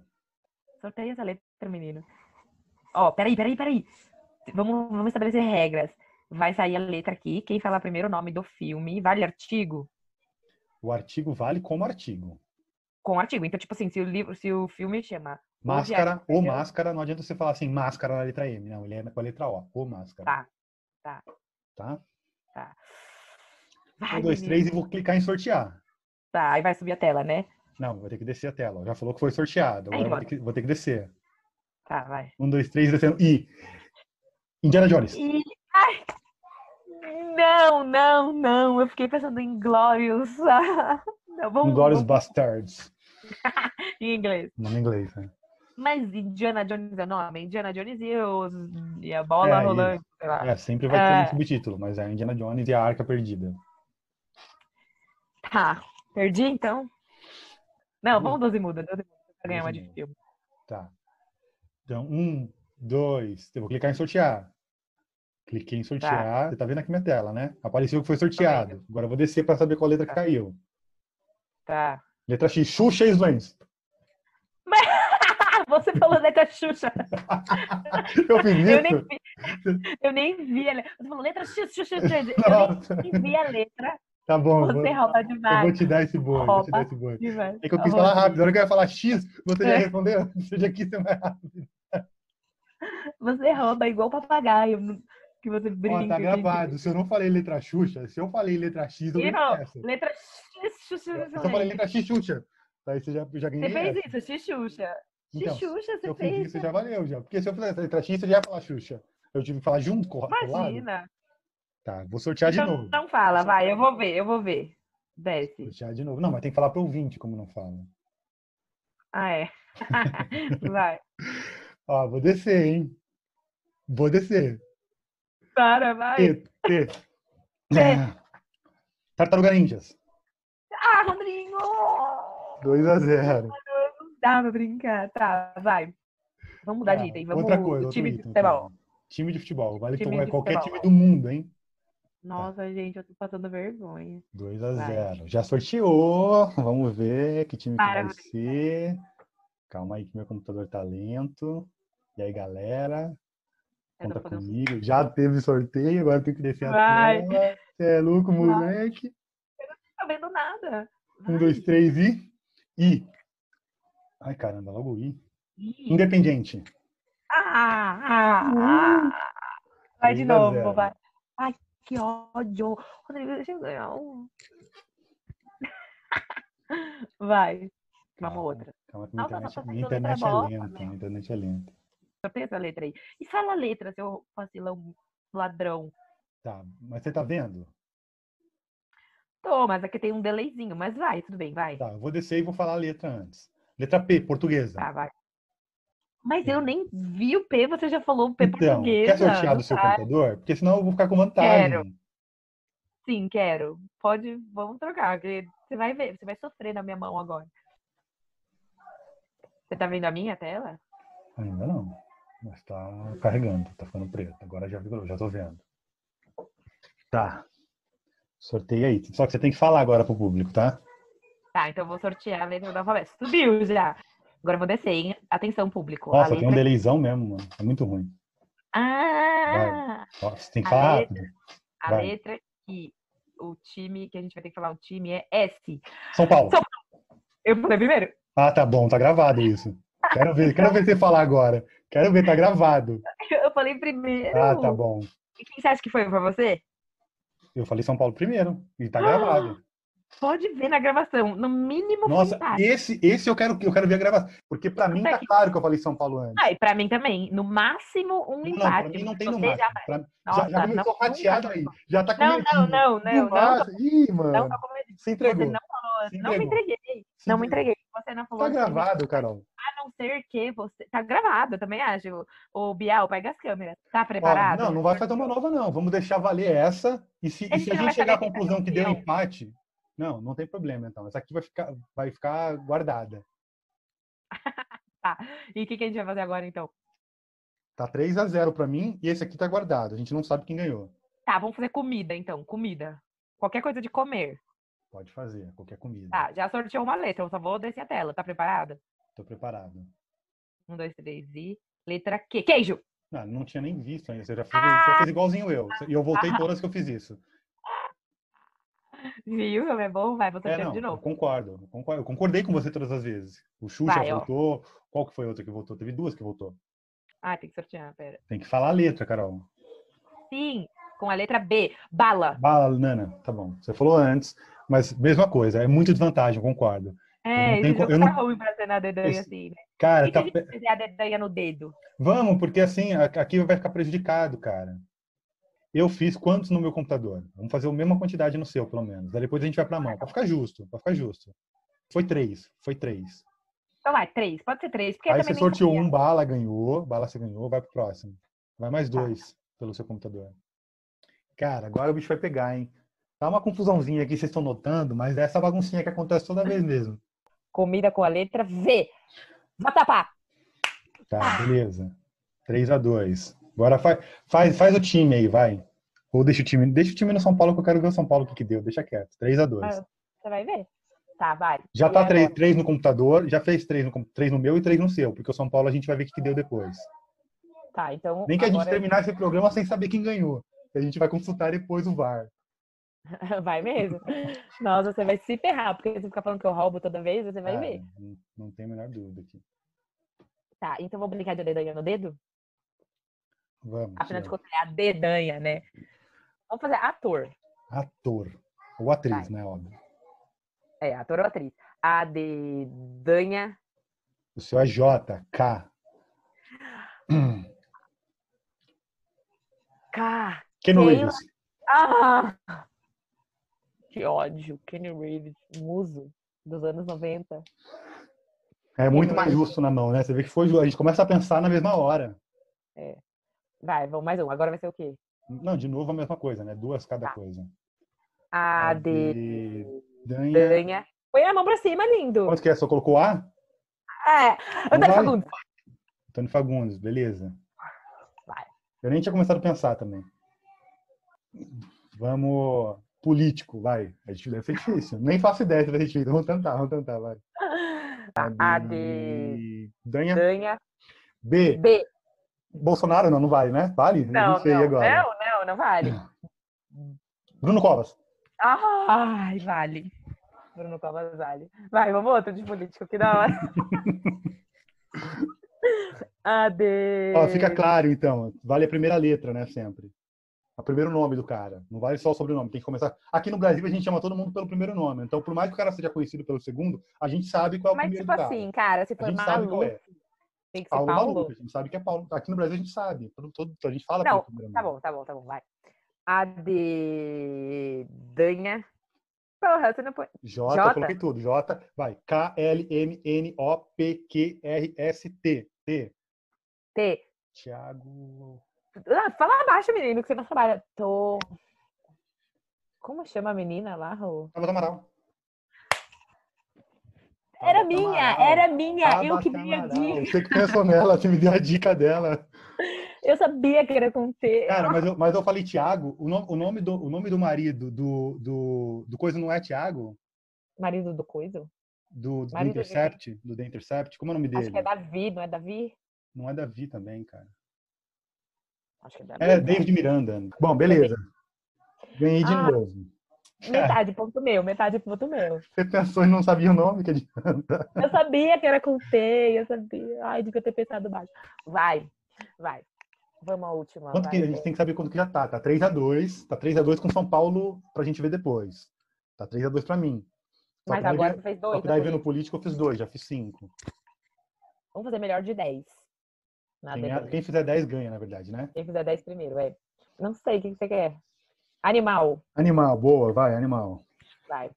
Speaker 2: Sorteia essa letra, menino. Ó, peraí, peraí, peraí. Vamos, vamos estabelecer regras. Vai sair a letra aqui, quem falar primeiro o nome do filme, vale artigo?
Speaker 1: O artigo vale como artigo.
Speaker 2: Com artigo. Então, tipo assim, se o livro, se o filme chama
Speaker 1: Máscara
Speaker 2: Viagem,
Speaker 1: ou
Speaker 2: entendeu?
Speaker 1: máscara, não adianta você falar assim, máscara na letra M. Não, ele é com a letra O. Ou máscara.
Speaker 2: Tá, tá.
Speaker 1: Tá?
Speaker 2: Tá.
Speaker 1: Um,
Speaker 2: Vai,
Speaker 1: dois,
Speaker 2: menino.
Speaker 1: três e vou clicar em sortear.
Speaker 2: Tá, aí vai subir a tela, né?
Speaker 1: Não, vou ter que descer a tela. Já falou que foi sorteado. Agora eu vou ter que, vou ter que descer.
Speaker 2: Tá, vai.
Speaker 1: Um, dois, três, descendo. E. Indiana Jones.
Speaker 2: E... Ai! Não, não, não. Eu fiquei pensando em Glorious. Não, vamos,
Speaker 1: Inglourious
Speaker 2: vamos
Speaker 1: Bastards.
Speaker 2: em inglês.
Speaker 1: Nome em inglês, né?
Speaker 2: Mas Indiana Jones é o nome? Indiana Jones e, os... e a bola
Speaker 1: É, e-
Speaker 2: rolando. sei lá.
Speaker 1: É, sempre vai ter
Speaker 2: É.
Speaker 1: um subtítulo, mas é Indiana Jones e a Arca Perdida.
Speaker 2: Tá. Perdi, então? Não, vamos 12 muda. 12 muda. Pra ganhar
Speaker 1: Hum.
Speaker 2: uma
Speaker 1: Doze
Speaker 2: de
Speaker 1: muda.
Speaker 2: filme.
Speaker 1: Tá. Então, um, dois. Eu vou clicar em sortear. Cliquei em sortear. Você tá vendo aqui minha tela, né? Apareceu que foi sorteado. Agora eu vou descer pra saber qual letra que
Speaker 2: Tá.
Speaker 1: caiu.
Speaker 2: Tá.
Speaker 1: Letra X, Xuxa e os Lens.
Speaker 2: Ah, você falou letra Xuxa.
Speaker 1: Eu fiz
Speaker 2: Eu nem
Speaker 1: isso?
Speaker 2: vi. Eu nem vi. a le- Você falou letra X, X, X, X. Eu
Speaker 1: Nossa,
Speaker 2: nem vi a letra.
Speaker 1: tá bom. eu vou-
Speaker 2: Você rouba
Speaker 1: eu vou
Speaker 2: demais.
Speaker 1: te dar esse boi. eu Vou te dar esse boi.
Speaker 2: demais. Tá
Speaker 1: É que eu quis falar
Speaker 2: Rodrigo.
Speaker 1: rápido. Na hora que eu ia falar X, você já
Speaker 2: É.
Speaker 1: respondeu. Você já quis ser mais rápido.
Speaker 2: Você rouba igual papagaio não- que você brinca.
Speaker 1: Ó, tá
Speaker 2: gente.
Speaker 1: gravado. Se eu não falei letra Xuxa, se eu falei letra X, eu ganhei
Speaker 2: E não,
Speaker 1: essa.
Speaker 2: letra X, X, X,
Speaker 1: Então, Eu
Speaker 2: X,
Speaker 1: só falei
Speaker 2: X.
Speaker 1: letra X, Xuxa. Aí você já, já ganhei
Speaker 2: Você fez
Speaker 1: essa.
Speaker 2: isso, Xixuxa.
Speaker 1: Então,
Speaker 2: Xixuxa,
Speaker 1: se
Speaker 2: você
Speaker 1: eu fiz
Speaker 2: fez. né?
Speaker 1: isso, já valeu, já. Porque se eu fizesse letra X, você já ia falar Xuxa. Eu tive que falar junto com o lado.
Speaker 2: Imagina.
Speaker 1: Tá, vou sortear de
Speaker 2: Então
Speaker 1: novo.
Speaker 2: não fala, vai, eu vou ver, eu vou ver. Desce.
Speaker 1: Sortear de novo. Não, mas tem que falar pro ouvinte como não fala.
Speaker 2: Ah, é. Vai.
Speaker 1: Ó, vou descer, hein? Vou descer.
Speaker 2: Para, vai.
Speaker 1: T, T. Né. Tartaruga Ninjas.
Speaker 2: Ah, Rodrigo!
Speaker 1: 2 a 0.
Speaker 2: Não dá pra brincar. Tá, vai. Vamos mudar de
Speaker 1: Tá,
Speaker 2: item. Vamos
Speaker 1: outra coisa,
Speaker 2: o
Speaker 1: outro
Speaker 2: time de
Speaker 1: item,
Speaker 2: futebol.
Speaker 1: então. Time de futebol. Vale
Speaker 2: Time
Speaker 1: to- é
Speaker 2: de
Speaker 1: qualquer
Speaker 2: futebol.
Speaker 1: time do mundo, hein? Tá.
Speaker 2: Nossa, gente, eu tô passando vergonha.
Speaker 1: 2 a
Speaker 2: Vai.
Speaker 1: 0. Já sorteou. Vamos ver que time que
Speaker 2: Para,
Speaker 1: vai ser. Calma aí que meu computador tá lento. E aí, galera,
Speaker 2: Eu
Speaker 1: conta
Speaker 2: tô fazendo
Speaker 1: comigo. Já teve sorteio, agora tem que descer
Speaker 2: Vai.
Speaker 1: a tela. Você é louco,
Speaker 2: Vai.
Speaker 1: moleque.
Speaker 2: Não tá vendo nada.
Speaker 1: Um, dois, três e... I. Ai, caramba, logo I.
Speaker 2: Ih.
Speaker 1: Independente.
Speaker 2: Ah, ah,
Speaker 1: Hum.
Speaker 2: ah. Vai de
Speaker 1: Três a
Speaker 2: novo,
Speaker 1: zero.
Speaker 2: vai. Ai, que ódio. Rodrigo, deixa eu ganhar um. Vai. Vamos
Speaker 1: Calma,
Speaker 2: outra.
Speaker 1: Calma que
Speaker 2: Não,
Speaker 1: minha
Speaker 2: tá,
Speaker 1: internet,
Speaker 2: tá, tá,
Speaker 1: minha
Speaker 2: tá, tá,
Speaker 1: internet
Speaker 2: tá,
Speaker 1: é
Speaker 2: tá,
Speaker 1: lenta.
Speaker 2: tá.
Speaker 1: Minha internet é lenta.
Speaker 2: Sorteia essa letra aí. E fala a letra, seu vacilão ladrão.
Speaker 1: Tá, mas você tá vendo?
Speaker 2: Tô, mas aqui tem um delayzinho, mas vai, tudo bem, vai.
Speaker 1: Tá, eu vou descer e vou falar a letra antes. Letra P, portuguesa.
Speaker 2: Tá, vai. Mas eu nem vi o P, você já falou o P
Speaker 1: Então,
Speaker 2: portuguesa.
Speaker 1: quer sortear do seu
Speaker 2: sabe?
Speaker 1: computador? Porque senão eu vou ficar com vantagem.
Speaker 2: Quero. Sim, quero. Pode, vamos trocar, porque você vai ver, você vai sofrer na minha mão agora. Você tá vendo a minha tela?
Speaker 1: Ainda não. Mas tá carregando, tá ficando preto. Agora já, virou, já tô vendo. Tá. Sorteio aí. Só que você tem que falar agora pro público, tá?
Speaker 2: Tá, então eu vou sortear a letra do alfabeto. Subiu já. Agora eu vou descer, hein? Atenção, público. a
Speaker 1: Nossa,
Speaker 2: letra...
Speaker 1: tem um delayzão mesmo, mano. É muito ruim.
Speaker 2: Ah!
Speaker 1: Ó, Você tem que
Speaker 2: A
Speaker 1: falar
Speaker 2: letra.
Speaker 1: rápido.
Speaker 2: A
Speaker 1: Vai.
Speaker 2: letra que o time, que a gente vai ter que falar o time é S.
Speaker 1: São Paulo.
Speaker 2: São- Eu falei primeiro?
Speaker 1: Ah, tá bom, tá gravado isso. Quero ver, quero ver você falar agora. Quero ver, tá gravado.
Speaker 2: Eu falei primeiro.
Speaker 1: Ah, tá bom.
Speaker 2: E quem você acha que foi pra você?
Speaker 1: Eu falei São Paulo primeiro e
Speaker 2: Ah!
Speaker 1: tá gravado.
Speaker 2: Pode ver na gravação. No mínimo
Speaker 1: Nossa,
Speaker 2: foi empate.
Speaker 1: esse, esse eu quero, eu quero ver a gravação, porque pra mim tá claro que eu falei São Paulo antes.
Speaker 2: Ah, e pra mim também. No máximo, um
Speaker 1: Não,
Speaker 2: empate.
Speaker 1: pra mim não
Speaker 2: mas
Speaker 1: tem no
Speaker 2: você já-
Speaker 1: máximo. Pra- já,
Speaker 2: Nossa,
Speaker 1: já começou
Speaker 2: não,
Speaker 1: rateado
Speaker 2: nunca
Speaker 1: aí.
Speaker 2: foi.
Speaker 1: Já tá com
Speaker 2: Não, não,
Speaker 1: medinho.
Speaker 2: não, não,
Speaker 1: No
Speaker 2: não.
Speaker 1: máximo. Ih,
Speaker 2: Não,
Speaker 1: mano.
Speaker 2: não, como eu disse,
Speaker 1: Se
Speaker 2: você
Speaker 1: entregou.
Speaker 2: não falou,
Speaker 1: Se
Speaker 2: não me
Speaker 1: entregou.
Speaker 2: entreguei.
Speaker 1: Se
Speaker 2: Não me
Speaker 1: entregou.
Speaker 2: entreguei. Você não falou
Speaker 1: Tá
Speaker 2: assim,
Speaker 1: gravado, Carol.
Speaker 2: a não ser que você. Tá gravado, eu também acho. O Bial, pega as câmeras. Tá
Speaker 1: Ó,
Speaker 2: preparado?
Speaker 1: não, não vai fazer uma nova, não. Vamos deixar valer essa. E se,
Speaker 2: A
Speaker 1: e se
Speaker 2: gente
Speaker 1: a
Speaker 2: não vai
Speaker 1: gente chegar à
Speaker 2: saber quem vai um.
Speaker 1: conclusão que deu
Speaker 2: campeão.
Speaker 1: empate, não, não tem problema, então. Essa aqui vai ficar, vai ficar guardada.
Speaker 2: E o que, que a gente vai fazer agora, então?
Speaker 1: Tá 3 a 0 pra mim e esse aqui tá guardado. A gente não sabe quem ganhou.
Speaker 2: Tá, vamos fazer comida, então. Comida. Qualquer coisa de comer.
Speaker 1: Pode fazer, qualquer comida.
Speaker 2: Tá, já sorteou uma letra, eu só vou descer a tela. Tá preparado?
Speaker 1: Tô preparado.
Speaker 2: Um, dois, três e. Letra Q. Queijo!
Speaker 1: Ah, Não, não tinha nem visto ainda. Você já fez,
Speaker 2: Ah!
Speaker 1: já fez igualzinho eu. E eu voltei todas que eu fiz isso.
Speaker 2: Viu? Como é bom? Vai, vou
Speaker 1: É,
Speaker 2: sorteando
Speaker 1: não,
Speaker 2: de
Speaker 1: eu
Speaker 2: novo.
Speaker 1: concordo, eu concordo. Eu concordei com você todas as vezes. O Xuxa
Speaker 2: Vai, ó.
Speaker 1: voltou. Qual que foi a outra que voltou? Teve duas que voltou.
Speaker 2: Ah, tem que sortear, pera.
Speaker 1: Tem que falar a letra, Carol.
Speaker 2: Sim, com a letra B. Bala.
Speaker 1: Bala, Nana, tá bom. Você falou antes, mas mesma coisa. É muito desvantagem, eu concordo.
Speaker 2: É,
Speaker 1: não
Speaker 2: esse
Speaker 1: tenho co-
Speaker 2: jogo
Speaker 1: eu
Speaker 2: tá
Speaker 1: não-
Speaker 2: ruim pra ser na dedanha
Speaker 1: Esse-
Speaker 2: assim, né?
Speaker 1: Cara,
Speaker 2: E se a
Speaker 1: tá...
Speaker 2: gente fizer a dedanha no dedo?
Speaker 1: vamos, porque assim, a- aqui vai ficar prejudicado, cara. Eu fiz quantos no meu computador? Vamos fazer a mesma quantidade no seu, pelo menos. Daí depois a gente vai pra mão, pra ficar justo, pra ficar justo. Foi três, foi três.
Speaker 2: Então vai, três. Pode ser três, porque eu
Speaker 1: Aí
Speaker 2: também
Speaker 1: você
Speaker 2: nem
Speaker 1: sorteou
Speaker 2: sabia.
Speaker 1: um, bala ganhou, bala você ganhou, vai pro próximo. Vai mais
Speaker 2: Tá.
Speaker 1: dois pelo seu computador. Cara, agora o bicho vai pegar, hein? Tá uma confusãozinha aqui, vocês estão notando, mas é essa baguncinha que acontece toda vez mesmo.
Speaker 2: Comida com a letra V. Vatapá.
Speaker 1: Tá,
Speaker 2: Ah.
Speaker 1: beleza. 3 a 2 Agora faz, faz, faz o time aí, vai. Ou deixa o time. Deixa o time no São Paulo que eu quero ver o São Paulo o que, que deu. Deixa quieto. 3 a 2
Speaker 2: Ah, Você vai ver. Tá, vai.
Speaker 1: Já
Speaker 2: E
Speaker 1: tá
Speaker 2: agora?
Speaker 1: 3, no computador, já fez 3 no, com- três no meu e 3 no seu, porque o São Paulo a gente vai ver o que, que deu depois.
Speaker 2: Tá, então.
Speaker 1: Nem que a gente
Speaker 2: agora eu-
Speaker 1: terminar esse programa sem saber quem ganhou. A gente vai consultar depois o VAR.
Speaker 2: Vai mesmo. Nossa, você vai se ferrar, porque você fica falando que eu roubo toda vez, você vai
Speaker 1: Cara,
Speaker 2: ver.
Speaker 1: Não, não tem a menor dúvida aqui.
Speaker 2: Tá, então vamos brincar de dedanha no dedo?
Speaker 1: Vamos.
Speaker 2: Afinal de
Speaker 1: Tiago.
Speaker 2: contas, é a dedanha, né? Vamos fazer ator.
Speaker 1: Ator. Ou atriz,
Speaker 2: Vai.
Speaker 1: né? Óbvio.
Speaker 2: É, ator ou atriz. A dedanha.
Speaker 1: O seu é J, K.
Speaker 2: Cá.
Speaker 1: Keanu
Speaker 2: Taylor.
Speaker 1: Reeves.
Speaker 2: Ah! Que ódio. Kenny Reeves, muso dos anos 90.
Speaker 1: É muito
Speaker 2: Keanu
Speaker 1: mais
Speaker 2: Reeves.
Speaker 1: justo na mão, né? Você vê que foi ju- A gente começa a pensar na mesma hora.
Speaker 2: Vai, vamos mais um. Agora vai ser o quê?
Speaker 1: Não, de novo a mesma coisa, né? Duas cada
Speaker 2: Tá.
Speaker 1: coisa.
Speaker 2: A dedanha.
Speaker 1: Danha.
Speaker 2: Põe a mão pra cima, lindo.
Speaker 1: Quanto que é? Só colocou A?
Speaker 2: É. Antônio
Speaker 1: vai.
Speaker 2: Fagundes.
Speaker 1: Antônio Fagundes, beleza.
Speaker 2: Vai.
Speaker 1: Eu nem tinha começado a pensar também. Vamos. Político, vai. A gente deve ser difícil. Nem faço ideia se vai ser difícil. Vamos tentar, vamos tentar, vai.
Speaker 2: A de
Speaker 1: Danha.
Speaker 2: Danha
Speaker 1: B.
Speaker 2: B.
Speaker 1: Bolsonaro não, não vale, né? Vale? Eu
Speaker 2: Não,
Speaker 1: não sei
Speaker 2: não, É
Speaker 1: agora.
Speaker 2: não, não, não vale.
Speaker 1: Bruno Covas.
Speaker 2: Ai, vale. Bruno Covas vale. Vai, vamos outro de político, que da hora. Ade.
Speaker 1: Ó, fica claro, então. Vale a primeira letra, né? Sempre. É O primeiro nome do cara. Não vale só o sobrenome. Tem que começar. Aqui no Brasil, a gente chama todo mundo pelo primeiro nome. Então, por mais que o cara seja conhecido pelo segundo, a gente sabe qual é o
Speaker 2: Mas,
Speaker 1: primeiro
Speaker 2: tipo
Speaker 1: do cara.
Speaker 2: assim, cara, se
Speaker 1: a
Speaker 2: for
Speaker 1: gente sabe qual
Speaker 2: maluco,
Speaker 1: é.
Speaker 2: tem que ser
Speaker 1: Paulo,
Speaker 2: Paulo.
Speaker 1: Maluco. A gente sabe que é Paulo. Aqui no Brasil, a gente sabe. Todo, todo, a gente fala
Speaker 2: Não,
Speaker 1: pelo primeiro
Speaker 2: Tá
Speaker 1: nome.
Speaker 2: bom, tá bom, tá bom, vai. Ade. Danha. Porra, você não põe.
Speaker 1: J,
Speaker 2: J?
Speaker 1: coloquei tudo. J, vai. K, L, M, N, O, P, Q, R, S, T. T.
Speaker 2: T.
Speaker 1: Tiago.
Speaker 2: Ah, fala abaixo, menino, que você não trabalha. Tô. Como chama a menina lá, Rô?
Speaker 1: Tabata Amaral.
Speaker 2: Era
Speaker 1: Tabata
Speaker 2: minha,
Speaker 1: Amaral.
Speaker 2: era minha. Eu que
Speaker 1: Tabata
Speaker 2: dei a
Speaker 1: Amaral.
Speaker 2: dica.
Speaker 1: Você que pensou nela, você me deu a dica dela.
Speaker 2: Eu sabia que era com T.
Speaker 1: Cara, mas eu, mas eu falei Tiago, o, no- o nome do, o nome do marido do, do, do coisa não é Tiago?
Speaker 2: Marido do coiso?
Speaker 1: Do, do The
Speaker 2: Marido de-
Speaker 1: Intercept? Do The Intercept? Como é o nome
Speaker 2: Acho
Speaker 1: dele?
Speaker 2: que é Davi, não é Davi?
Speaker 1: Não é Davi também, cara.
Speaker 2: Acho que é Davi.
Speaker 1: É
Speaker 2: né?
Speaker 1: David Miranda. Bom, beleza. Ganhei de
Speaker 2: Ah.
Speaker 1: novo.
Speaker 2: Metade ponto meu, metade ponto meu.
Speaker 1: Você pensou e não sabia o nome? Que adianta.
Speaker 2: Eu sabia que era com T, eu sabia. Ai, devia ter pensado baixo. Vai, vai. Vamos à última.
Speaker 1: Quanto que
Speaker 2: Tá, vai.
Speaker 1: a gente tem que saber quanto que já tá. Tá 3x2. Tá 3x2 com São Paulo pra gente ver depois. Tá 3x2 pra mim. Só
Speaker 2: Mas
Speaker 1: que daí
Speaker 2: agora
Speaker 1: vem-
Speaker 2: tu fez
Speaker 1: Só
Speaker 2: dois.
Speaker 1: que daí
Speaker 2: né?
Speaker 1: vendo político eu fiz dois, já fiz cinco.
Speaker 2: Vamos fazer melhor de 10. Nada
Speaker 1: Quem,
Speaker 2: Ah,
Speaker 1: ganhar- quem fizer 10 ganha, na verdade, né?
Speaker 2: Quem fizer 10 primeiro, é. Não sei, o que que você quer? Animal,
Speaker 1: Animal, boa, vai, animal.
Speaker 2: vai.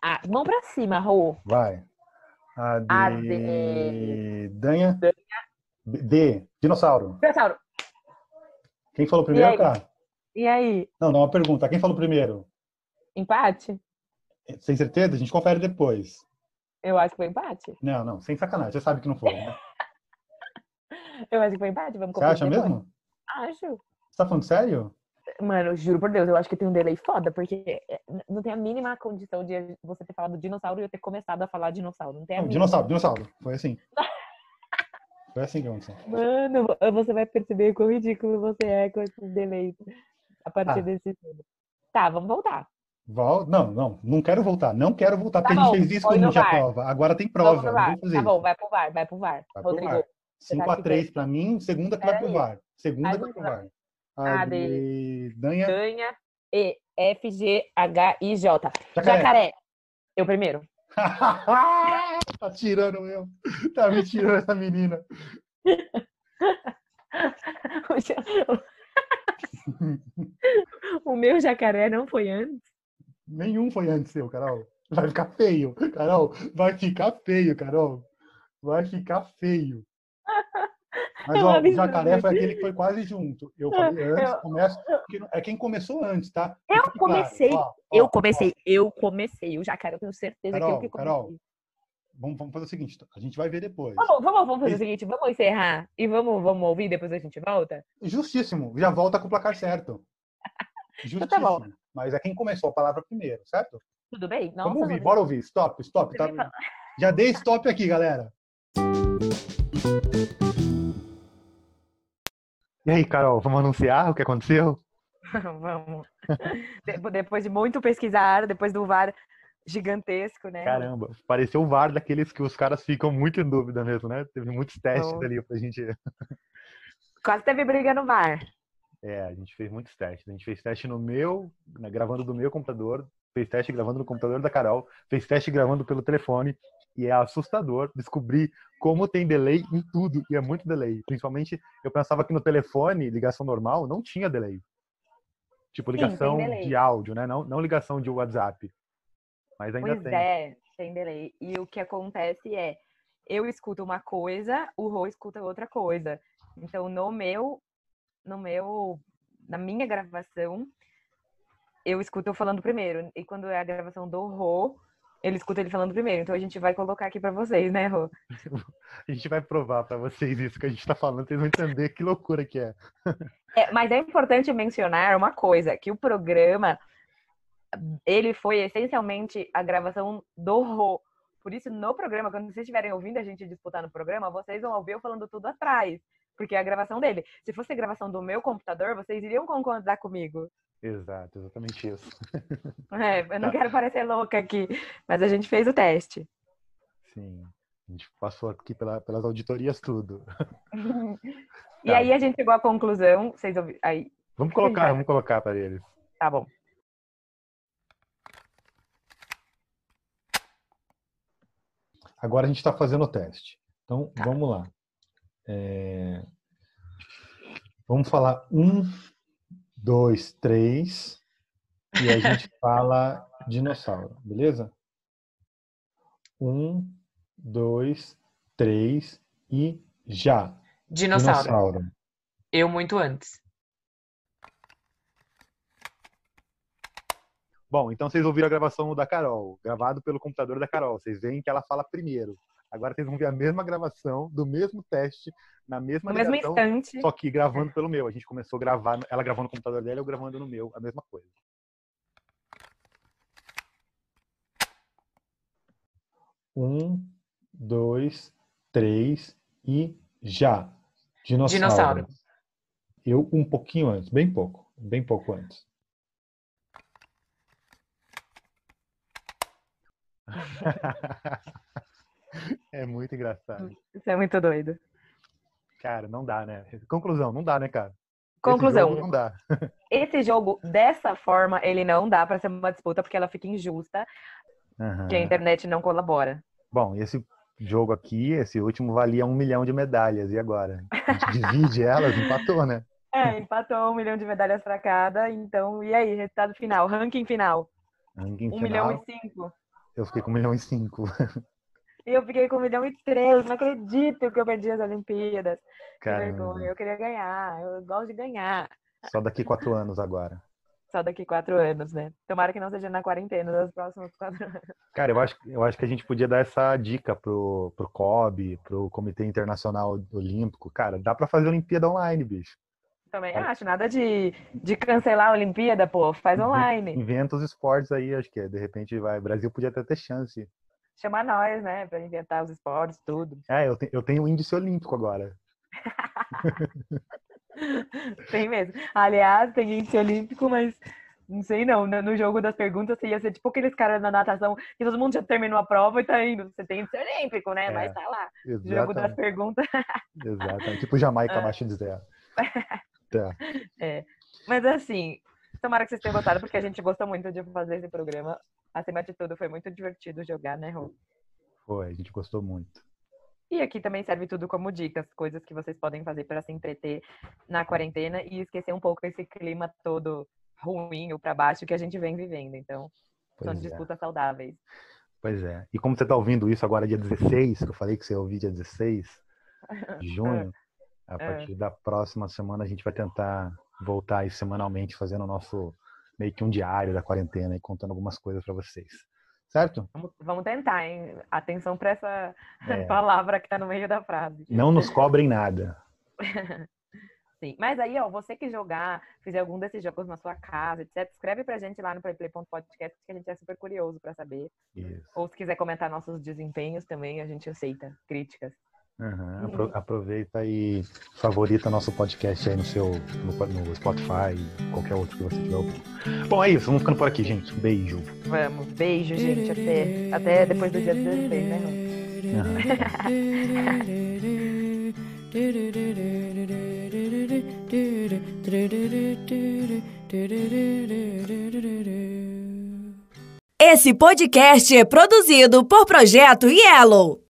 Speaker 2: Ah, mão pra cima, Rô.
Speaker 1: Vai. A de...
Speaker 2: A de-
Speaker 1: Danha. D. Dinossauro.
Speaker 2: Pensaram.
Speaker 1: Quem falou primeiro,
Speaker 2: aí?
Speaker 1: cara?
Speaker 2: E aí,
Speaker 1: Não, não, uma pergunta. Quem falou primeiro?
Speaker 2: empate?
Speaker 1: Sem certeza? A gente confere depois.
Speaker 2: Eu acho que foi empate.
Speaker 1: Não, não, sem sacanagem. Você sabe que não foi, né?
Speaker 2: Eu acho que foi empate, vamos
Speaker 1: Você acha
Speaker 2: conferir depois.
Speaker 1: mesmo?
Speaker 2: Acho.
Speaker 1: Você tá falando sério?
Speaker 2: Mano, eu juro por Deus, eu acho que tem um delay foda, porque é, n- não tem a mínima condição de você ter falado dinossauro e eu ter começado a falar dinossauro. Não tem a
Speaker 1: Não,
Speaker 2: mínima.
Speaker 1: dinossauro, dinossauro. Foi assim. Foi assim que aconteceu.
Speaker 2: Mano, vo- você vai perceber quão ridículo você é com esses delays a partir
Speaker 1: Ah.
Speaker 2: desse jogo. Tá, vamos voltar.
Speaker 1: Vol... Não, não, não quero voltar. Não quero voltar,
Speaker 2: Tá
Speaker 1: porque a gente
Speaker 2: bom,
Speaker 1: fez isso
Speaker 2: põe
Speaker 1: quando
Speaker 2: no
Speaker 1: não tinha
Speaker 2: VAR.
Speaker 1: prova. Agora tem prova.
Speaker 2: Vamos pro
Speaker 1: Não
Speaker 2: VAR.
Speaker 1: vou fazer
Speaker 2: Tá bom,
Speaker 1: isso.
Speaker 2: vai pro VAR, vai pro VAR.
Speaker 1: Vai pro
Speaker 2: Rodrigo,
Speaker 1: VAR.
Speaker 2: Será que
Speaker 1: 5x3 pra mim, segunda que vai pro
Speaker 2: Peraí.
Speaker 1: VAR. Segunda
Speaker 2: Ai,
Speaker 1: que vai pro
Speaker 2: vamos
Speaker 1: VAR. A
Speaker 2: Ah, de-
Speaker 1: de Danha.
Speaker 2: ganha E, F, G, H, I, J.
Speaker 1: Jacaré.
Speaker 2: Jacaré. Eu primeiro.
Speaker 1: tá tirando eu. Tá me tirando essa menina.
Speaker 2: O ja- o meu jacaré não foi antes.
Speaker 1: Nenhum foi antes seu, Carol. Vai ficar feio, Carol. Vai ficar feio, Carol. Vai ficar feio. Mas,
Speaker 2: É um
Speaker 1: ó, o
Speaker 2: absurdo.
Speaker 1: jacaré foi aquele que foi quase junto. Eu falei antes,
Speaker 2: eu-
Speaker 1: começa. porque não- É quem começou antes, tá?
Speaker 2: Eu
Speaker 1: Fique claro,
Speaker 2: comecei.
Speaker 1: ó, ó,
Speaker 2: Eu
Speaker 1: ó.
Speaker 2: comecei, eu comecei. O jacaré, eu tenho certeza
Speaker 1: Carol,
Speaker 2: que eu que comecei.
Speaker 1: Carol. Vamos, vamos fazer o seguinte: a gente vai ver depois.
Speaker 2: Vamos, vamos, vamos fazer o
Speaker 1: Esse-
Speaker 2: seguinte, vamos encerrar e vamos, vamos ouvir, depois a gente volta?
Speaker 1: Justíssimo. Já volta com o placar certo. Justíssimo.
Speaker 2: tá bom.
Speaker 1: Mas é quem começou a palavra primeiro, certo?
Speaker 2: Tudo bem? Nossa,
Speaker 1: Vamos ouvir,
Speaker 2: Rodrigo,
Speaker 1: bora ouvir. Stop, stop.
Speaker 2: um você
Speaker 1: tá?
Speaker 2: me fala.
Speaker 1: Já dei stop aqui, galera. E aí, Carol, vamos anunciar o que aconteceu?
Speaker 2: Vamos. De- depois de muito pesquisar, depois do VAR gigantesco, né?
Speaker 1: Caramba, pareceu o VAR daqueles que os caras ficam muito em dúvida mesmo, né? Teve muitos testes
Speaker 2: Não.
Speaker 1: ali pra gente.
Speaker 2: Quase teve briga no VAR.
Speaker 1: É, a gente fez muitos testes. A gente fez teste no meu, né, gravando do meu computador, fez teste gravando no computador da Carol, fez teste gravando pelo telefone. E é assustador descobrir como tem delay em tudo. E é muito delay. Principalmente, eu pensava que no telefone, ligação normal, não tinha delay. Tipo,
Speaker 2: Sim, tem
Speaker 1: ligação
Speaker 2: delay.
Speaker 1: de áudio, né? Não, não ligação de WhatsApp. Mas ainda
Speaker 2: Pois
Speaker 1: tem.
Speaker 2: é, tem delay. E o que acontece é, eu escuto uma coisa, o Rô escuta outra coisa. Então, no meu, no meu, na minha gravação, eu escuto eu falando primeiro. E quando é a gravação do Rô, ele escuta ele falando primeiro. Então a gente vai colocar aqui pra vocês, né, Rô?
Speaker 1: A gente vai provar pra vocês isso que a gente tá falando. Vocês vão entender que loucura que é.
Speaker 2: É, mas é importante mencionar uma coisa, que o programa ele foi essencialmente a gravação do Rô. Por isso, no programa, quando vocês estiverem ouvindo a gente disputar no programa, vocês vão ouvir eu falando tudo atrás. Porque é a gravação dele. Se fosse a gravação do meu computador, vocês iriam concordar comigo.
Speaker 1: Exato, exatamente isso.
Speaker 2: É, eu não
Speaker 1: Tá.
Speaker 2: quero parecer louca aqui, mas a gente fez o teste.
Speaker 1: Sim. A gente passou aqui pela- pelas auditorias tudo.
Speaker 2: E
Speaker 1: Tá.
Speaker 2: aí a gente chegou à conclusão. Vocês ouviram. Aí,
Speaker 1: Vamos
Speaker 2: Pois
Speaker 1: colocar,
Speaker 2: é.
Speaker 1: vamos colocar para eles.
Speaker 2: tá bom.
Speaker 1: Agora a gente está fazendo o teste. Então,
Speaker 2: Tá.
Speaker 1: vamos lá. É, Vamos falar um, dois, três. E a gente fala dinossauro, beleza? Um, dois, três e já.
Speaker 3: Dinossauro. Eu muito antes.
Speaker 1: Bom, então vocês ouviram a gravação da Carol, gravado pelo computador da Carol. Vocês veem que ela fala primeiro. Agora vocês vão ver a mesma gravação, do mesmo teste, na mesma
Speaker 4: No mesmo
Speaker 1: ligação,
Speaker 4: instante.
Speaker 1: só que gravando pelo meu. A gente começou a gravar, ela gravou no computador dela, eu gravando no meu, a mesma coisa. Um, dois, três e já. Dinossauro.
Speaker 3: Dinossauro.
Speaker 1: Eu um pouquinho antes, bem pouco, bem pouco antes. é muito engraçado.
Speaker 4: Isso é muito doido.
Speaker 1: Cara, não dá, né? Conclusão, não dá, né, cara? Esse jogo é
Speaker 2: Conclusão.
Speaker 1: não dá.
Speaker 2: Esse jogo, dessa forma, ele não dá pra ser uma disputa, porque ela fica injusta, que a
Speaker 1: É.
Speaker 2: internet não colabora.
Speaker 1: Bom, e esse jogo aqui, esse último, valia um milhão de medalhas. E agora? A gente divide elas, empatou, né?
Speaker 2: É, empatou um milhão de medalhas pra cada, então, e aí, resultado final, ranking final,
Speaker 1: Ranking
Speaker 2: um
Speaker 1: final,
Speaker 2: milhão e cinco.
Speaker 1: eu fiquei com um milhão e cinco.
Speaker 2: E eu fiquei com um milhão e três, não acredito que eu perdi as Olimpíadas. Que
Speaker 1: Cara,
Speaker 2: vergonha, eu queria ganhar, eu gosto de ganhar.
Speaker 1: só daqui quatro anos agora.
Speaker 2: Só daqui quatro anos, né? Tomara que não seja na quarentena, nos próximos quatro anos.
Speaker 1: Cara, eu acho, eu acho que a gente podia dar essa dica pro, pro COB, pro Comitê Internacional Olímpico. Cara, dá pra fazer Olimpíada online, bicho.
Speaker 2: Também
Speaker 1: Ai.
Speaker 2: acho, nada de, de cancelar a Olimpíada, pô, faz
Speaker 1: Uhum.
Speaker 2: online.
Speaker 1: Inventa os esportes aí, acho que é. De repente, vai. Brasil podia até ter chance.
Speaker 2: Chamar nós, né, pra inventar os esportes, tudo.
Speaker 1: É, eu, te- eu tenho o índice olímpico agora.
Speaker 2: Tem mesmo. Aliás, tem índice olímpico, mas não sei não. No no jogo das perguntas você ia ser tipo aqueles caras na natação que todo mundo já terminou a prova e tá indo. Você tem índice olímpico, né?
Speaker 1: É,
Speaker 2: Mas tá lá. Jogo Ah. das
Speaker 1: Exatamente.
Speaker 2: perguntas.
Speaker 1: Exatamente. Tipo Jamaica abaixo de zero. Tá.
Speaker 2: Mas assim, tomara que vocês tenham gostado, porque a gente gostou muito de fazer esse programa. Acima de tudo, foi muito divertido jogar, né, Rô?
Speaker 1: Foi, a gente gostou muito.
Speaker 2: E aqui também serve tudo como dicas, coisas que vocês podem fazer para se entreter na quarentena e esquecer um pouco esse clima todo ruim ou para baixo que a gente vem vivendo. Então, são
Speaker 1: Pois é.
Speaker 2: disputas saudáveis.
Speaker 1: Pois é. E como você tá ouvindo isso agora, dia 16, que eu falei que você ia ouvir dia 16 de junho, a partir da próxima semana a gente vai tentar voltar aí semanalmente fazendo o nosso meio que um diário da quarentena e contando algumas coisas pra vocês. Certo?
Speaker 2: Vamos- Vamos tentar, hein? Atenção para essa
Speaker 1: É.
Speaker 2: palavra que tá no meio da frase.
Speaker 1: Não nos cobrem nada.
Speaker 2: Sim. Mas aí, ó, você que jogar, fizer algum desses jogos na sua casa, etc, escreve pra gente lá no playplay.podcast que a gente é super curioso pra saber.
Speaker 1: Isso.
Speaker 2: Ou se quiser comentar nossos desempenhos também, a gente aceita críticas.
Speaker 1: Aham, apro- Aproveita e favorita nosso podcast aí no seu no, no Spotify, qualquer outro que você tiver ouvindo. Bom, é isso. Vamos ficando por aqui, gente. Um beijo.
Speaker 2: Vamos, beijo, gente, até, até depois do dia 16, né, Rô?
Speaker 5: Esse podcast é produzido por Projeto Yellow.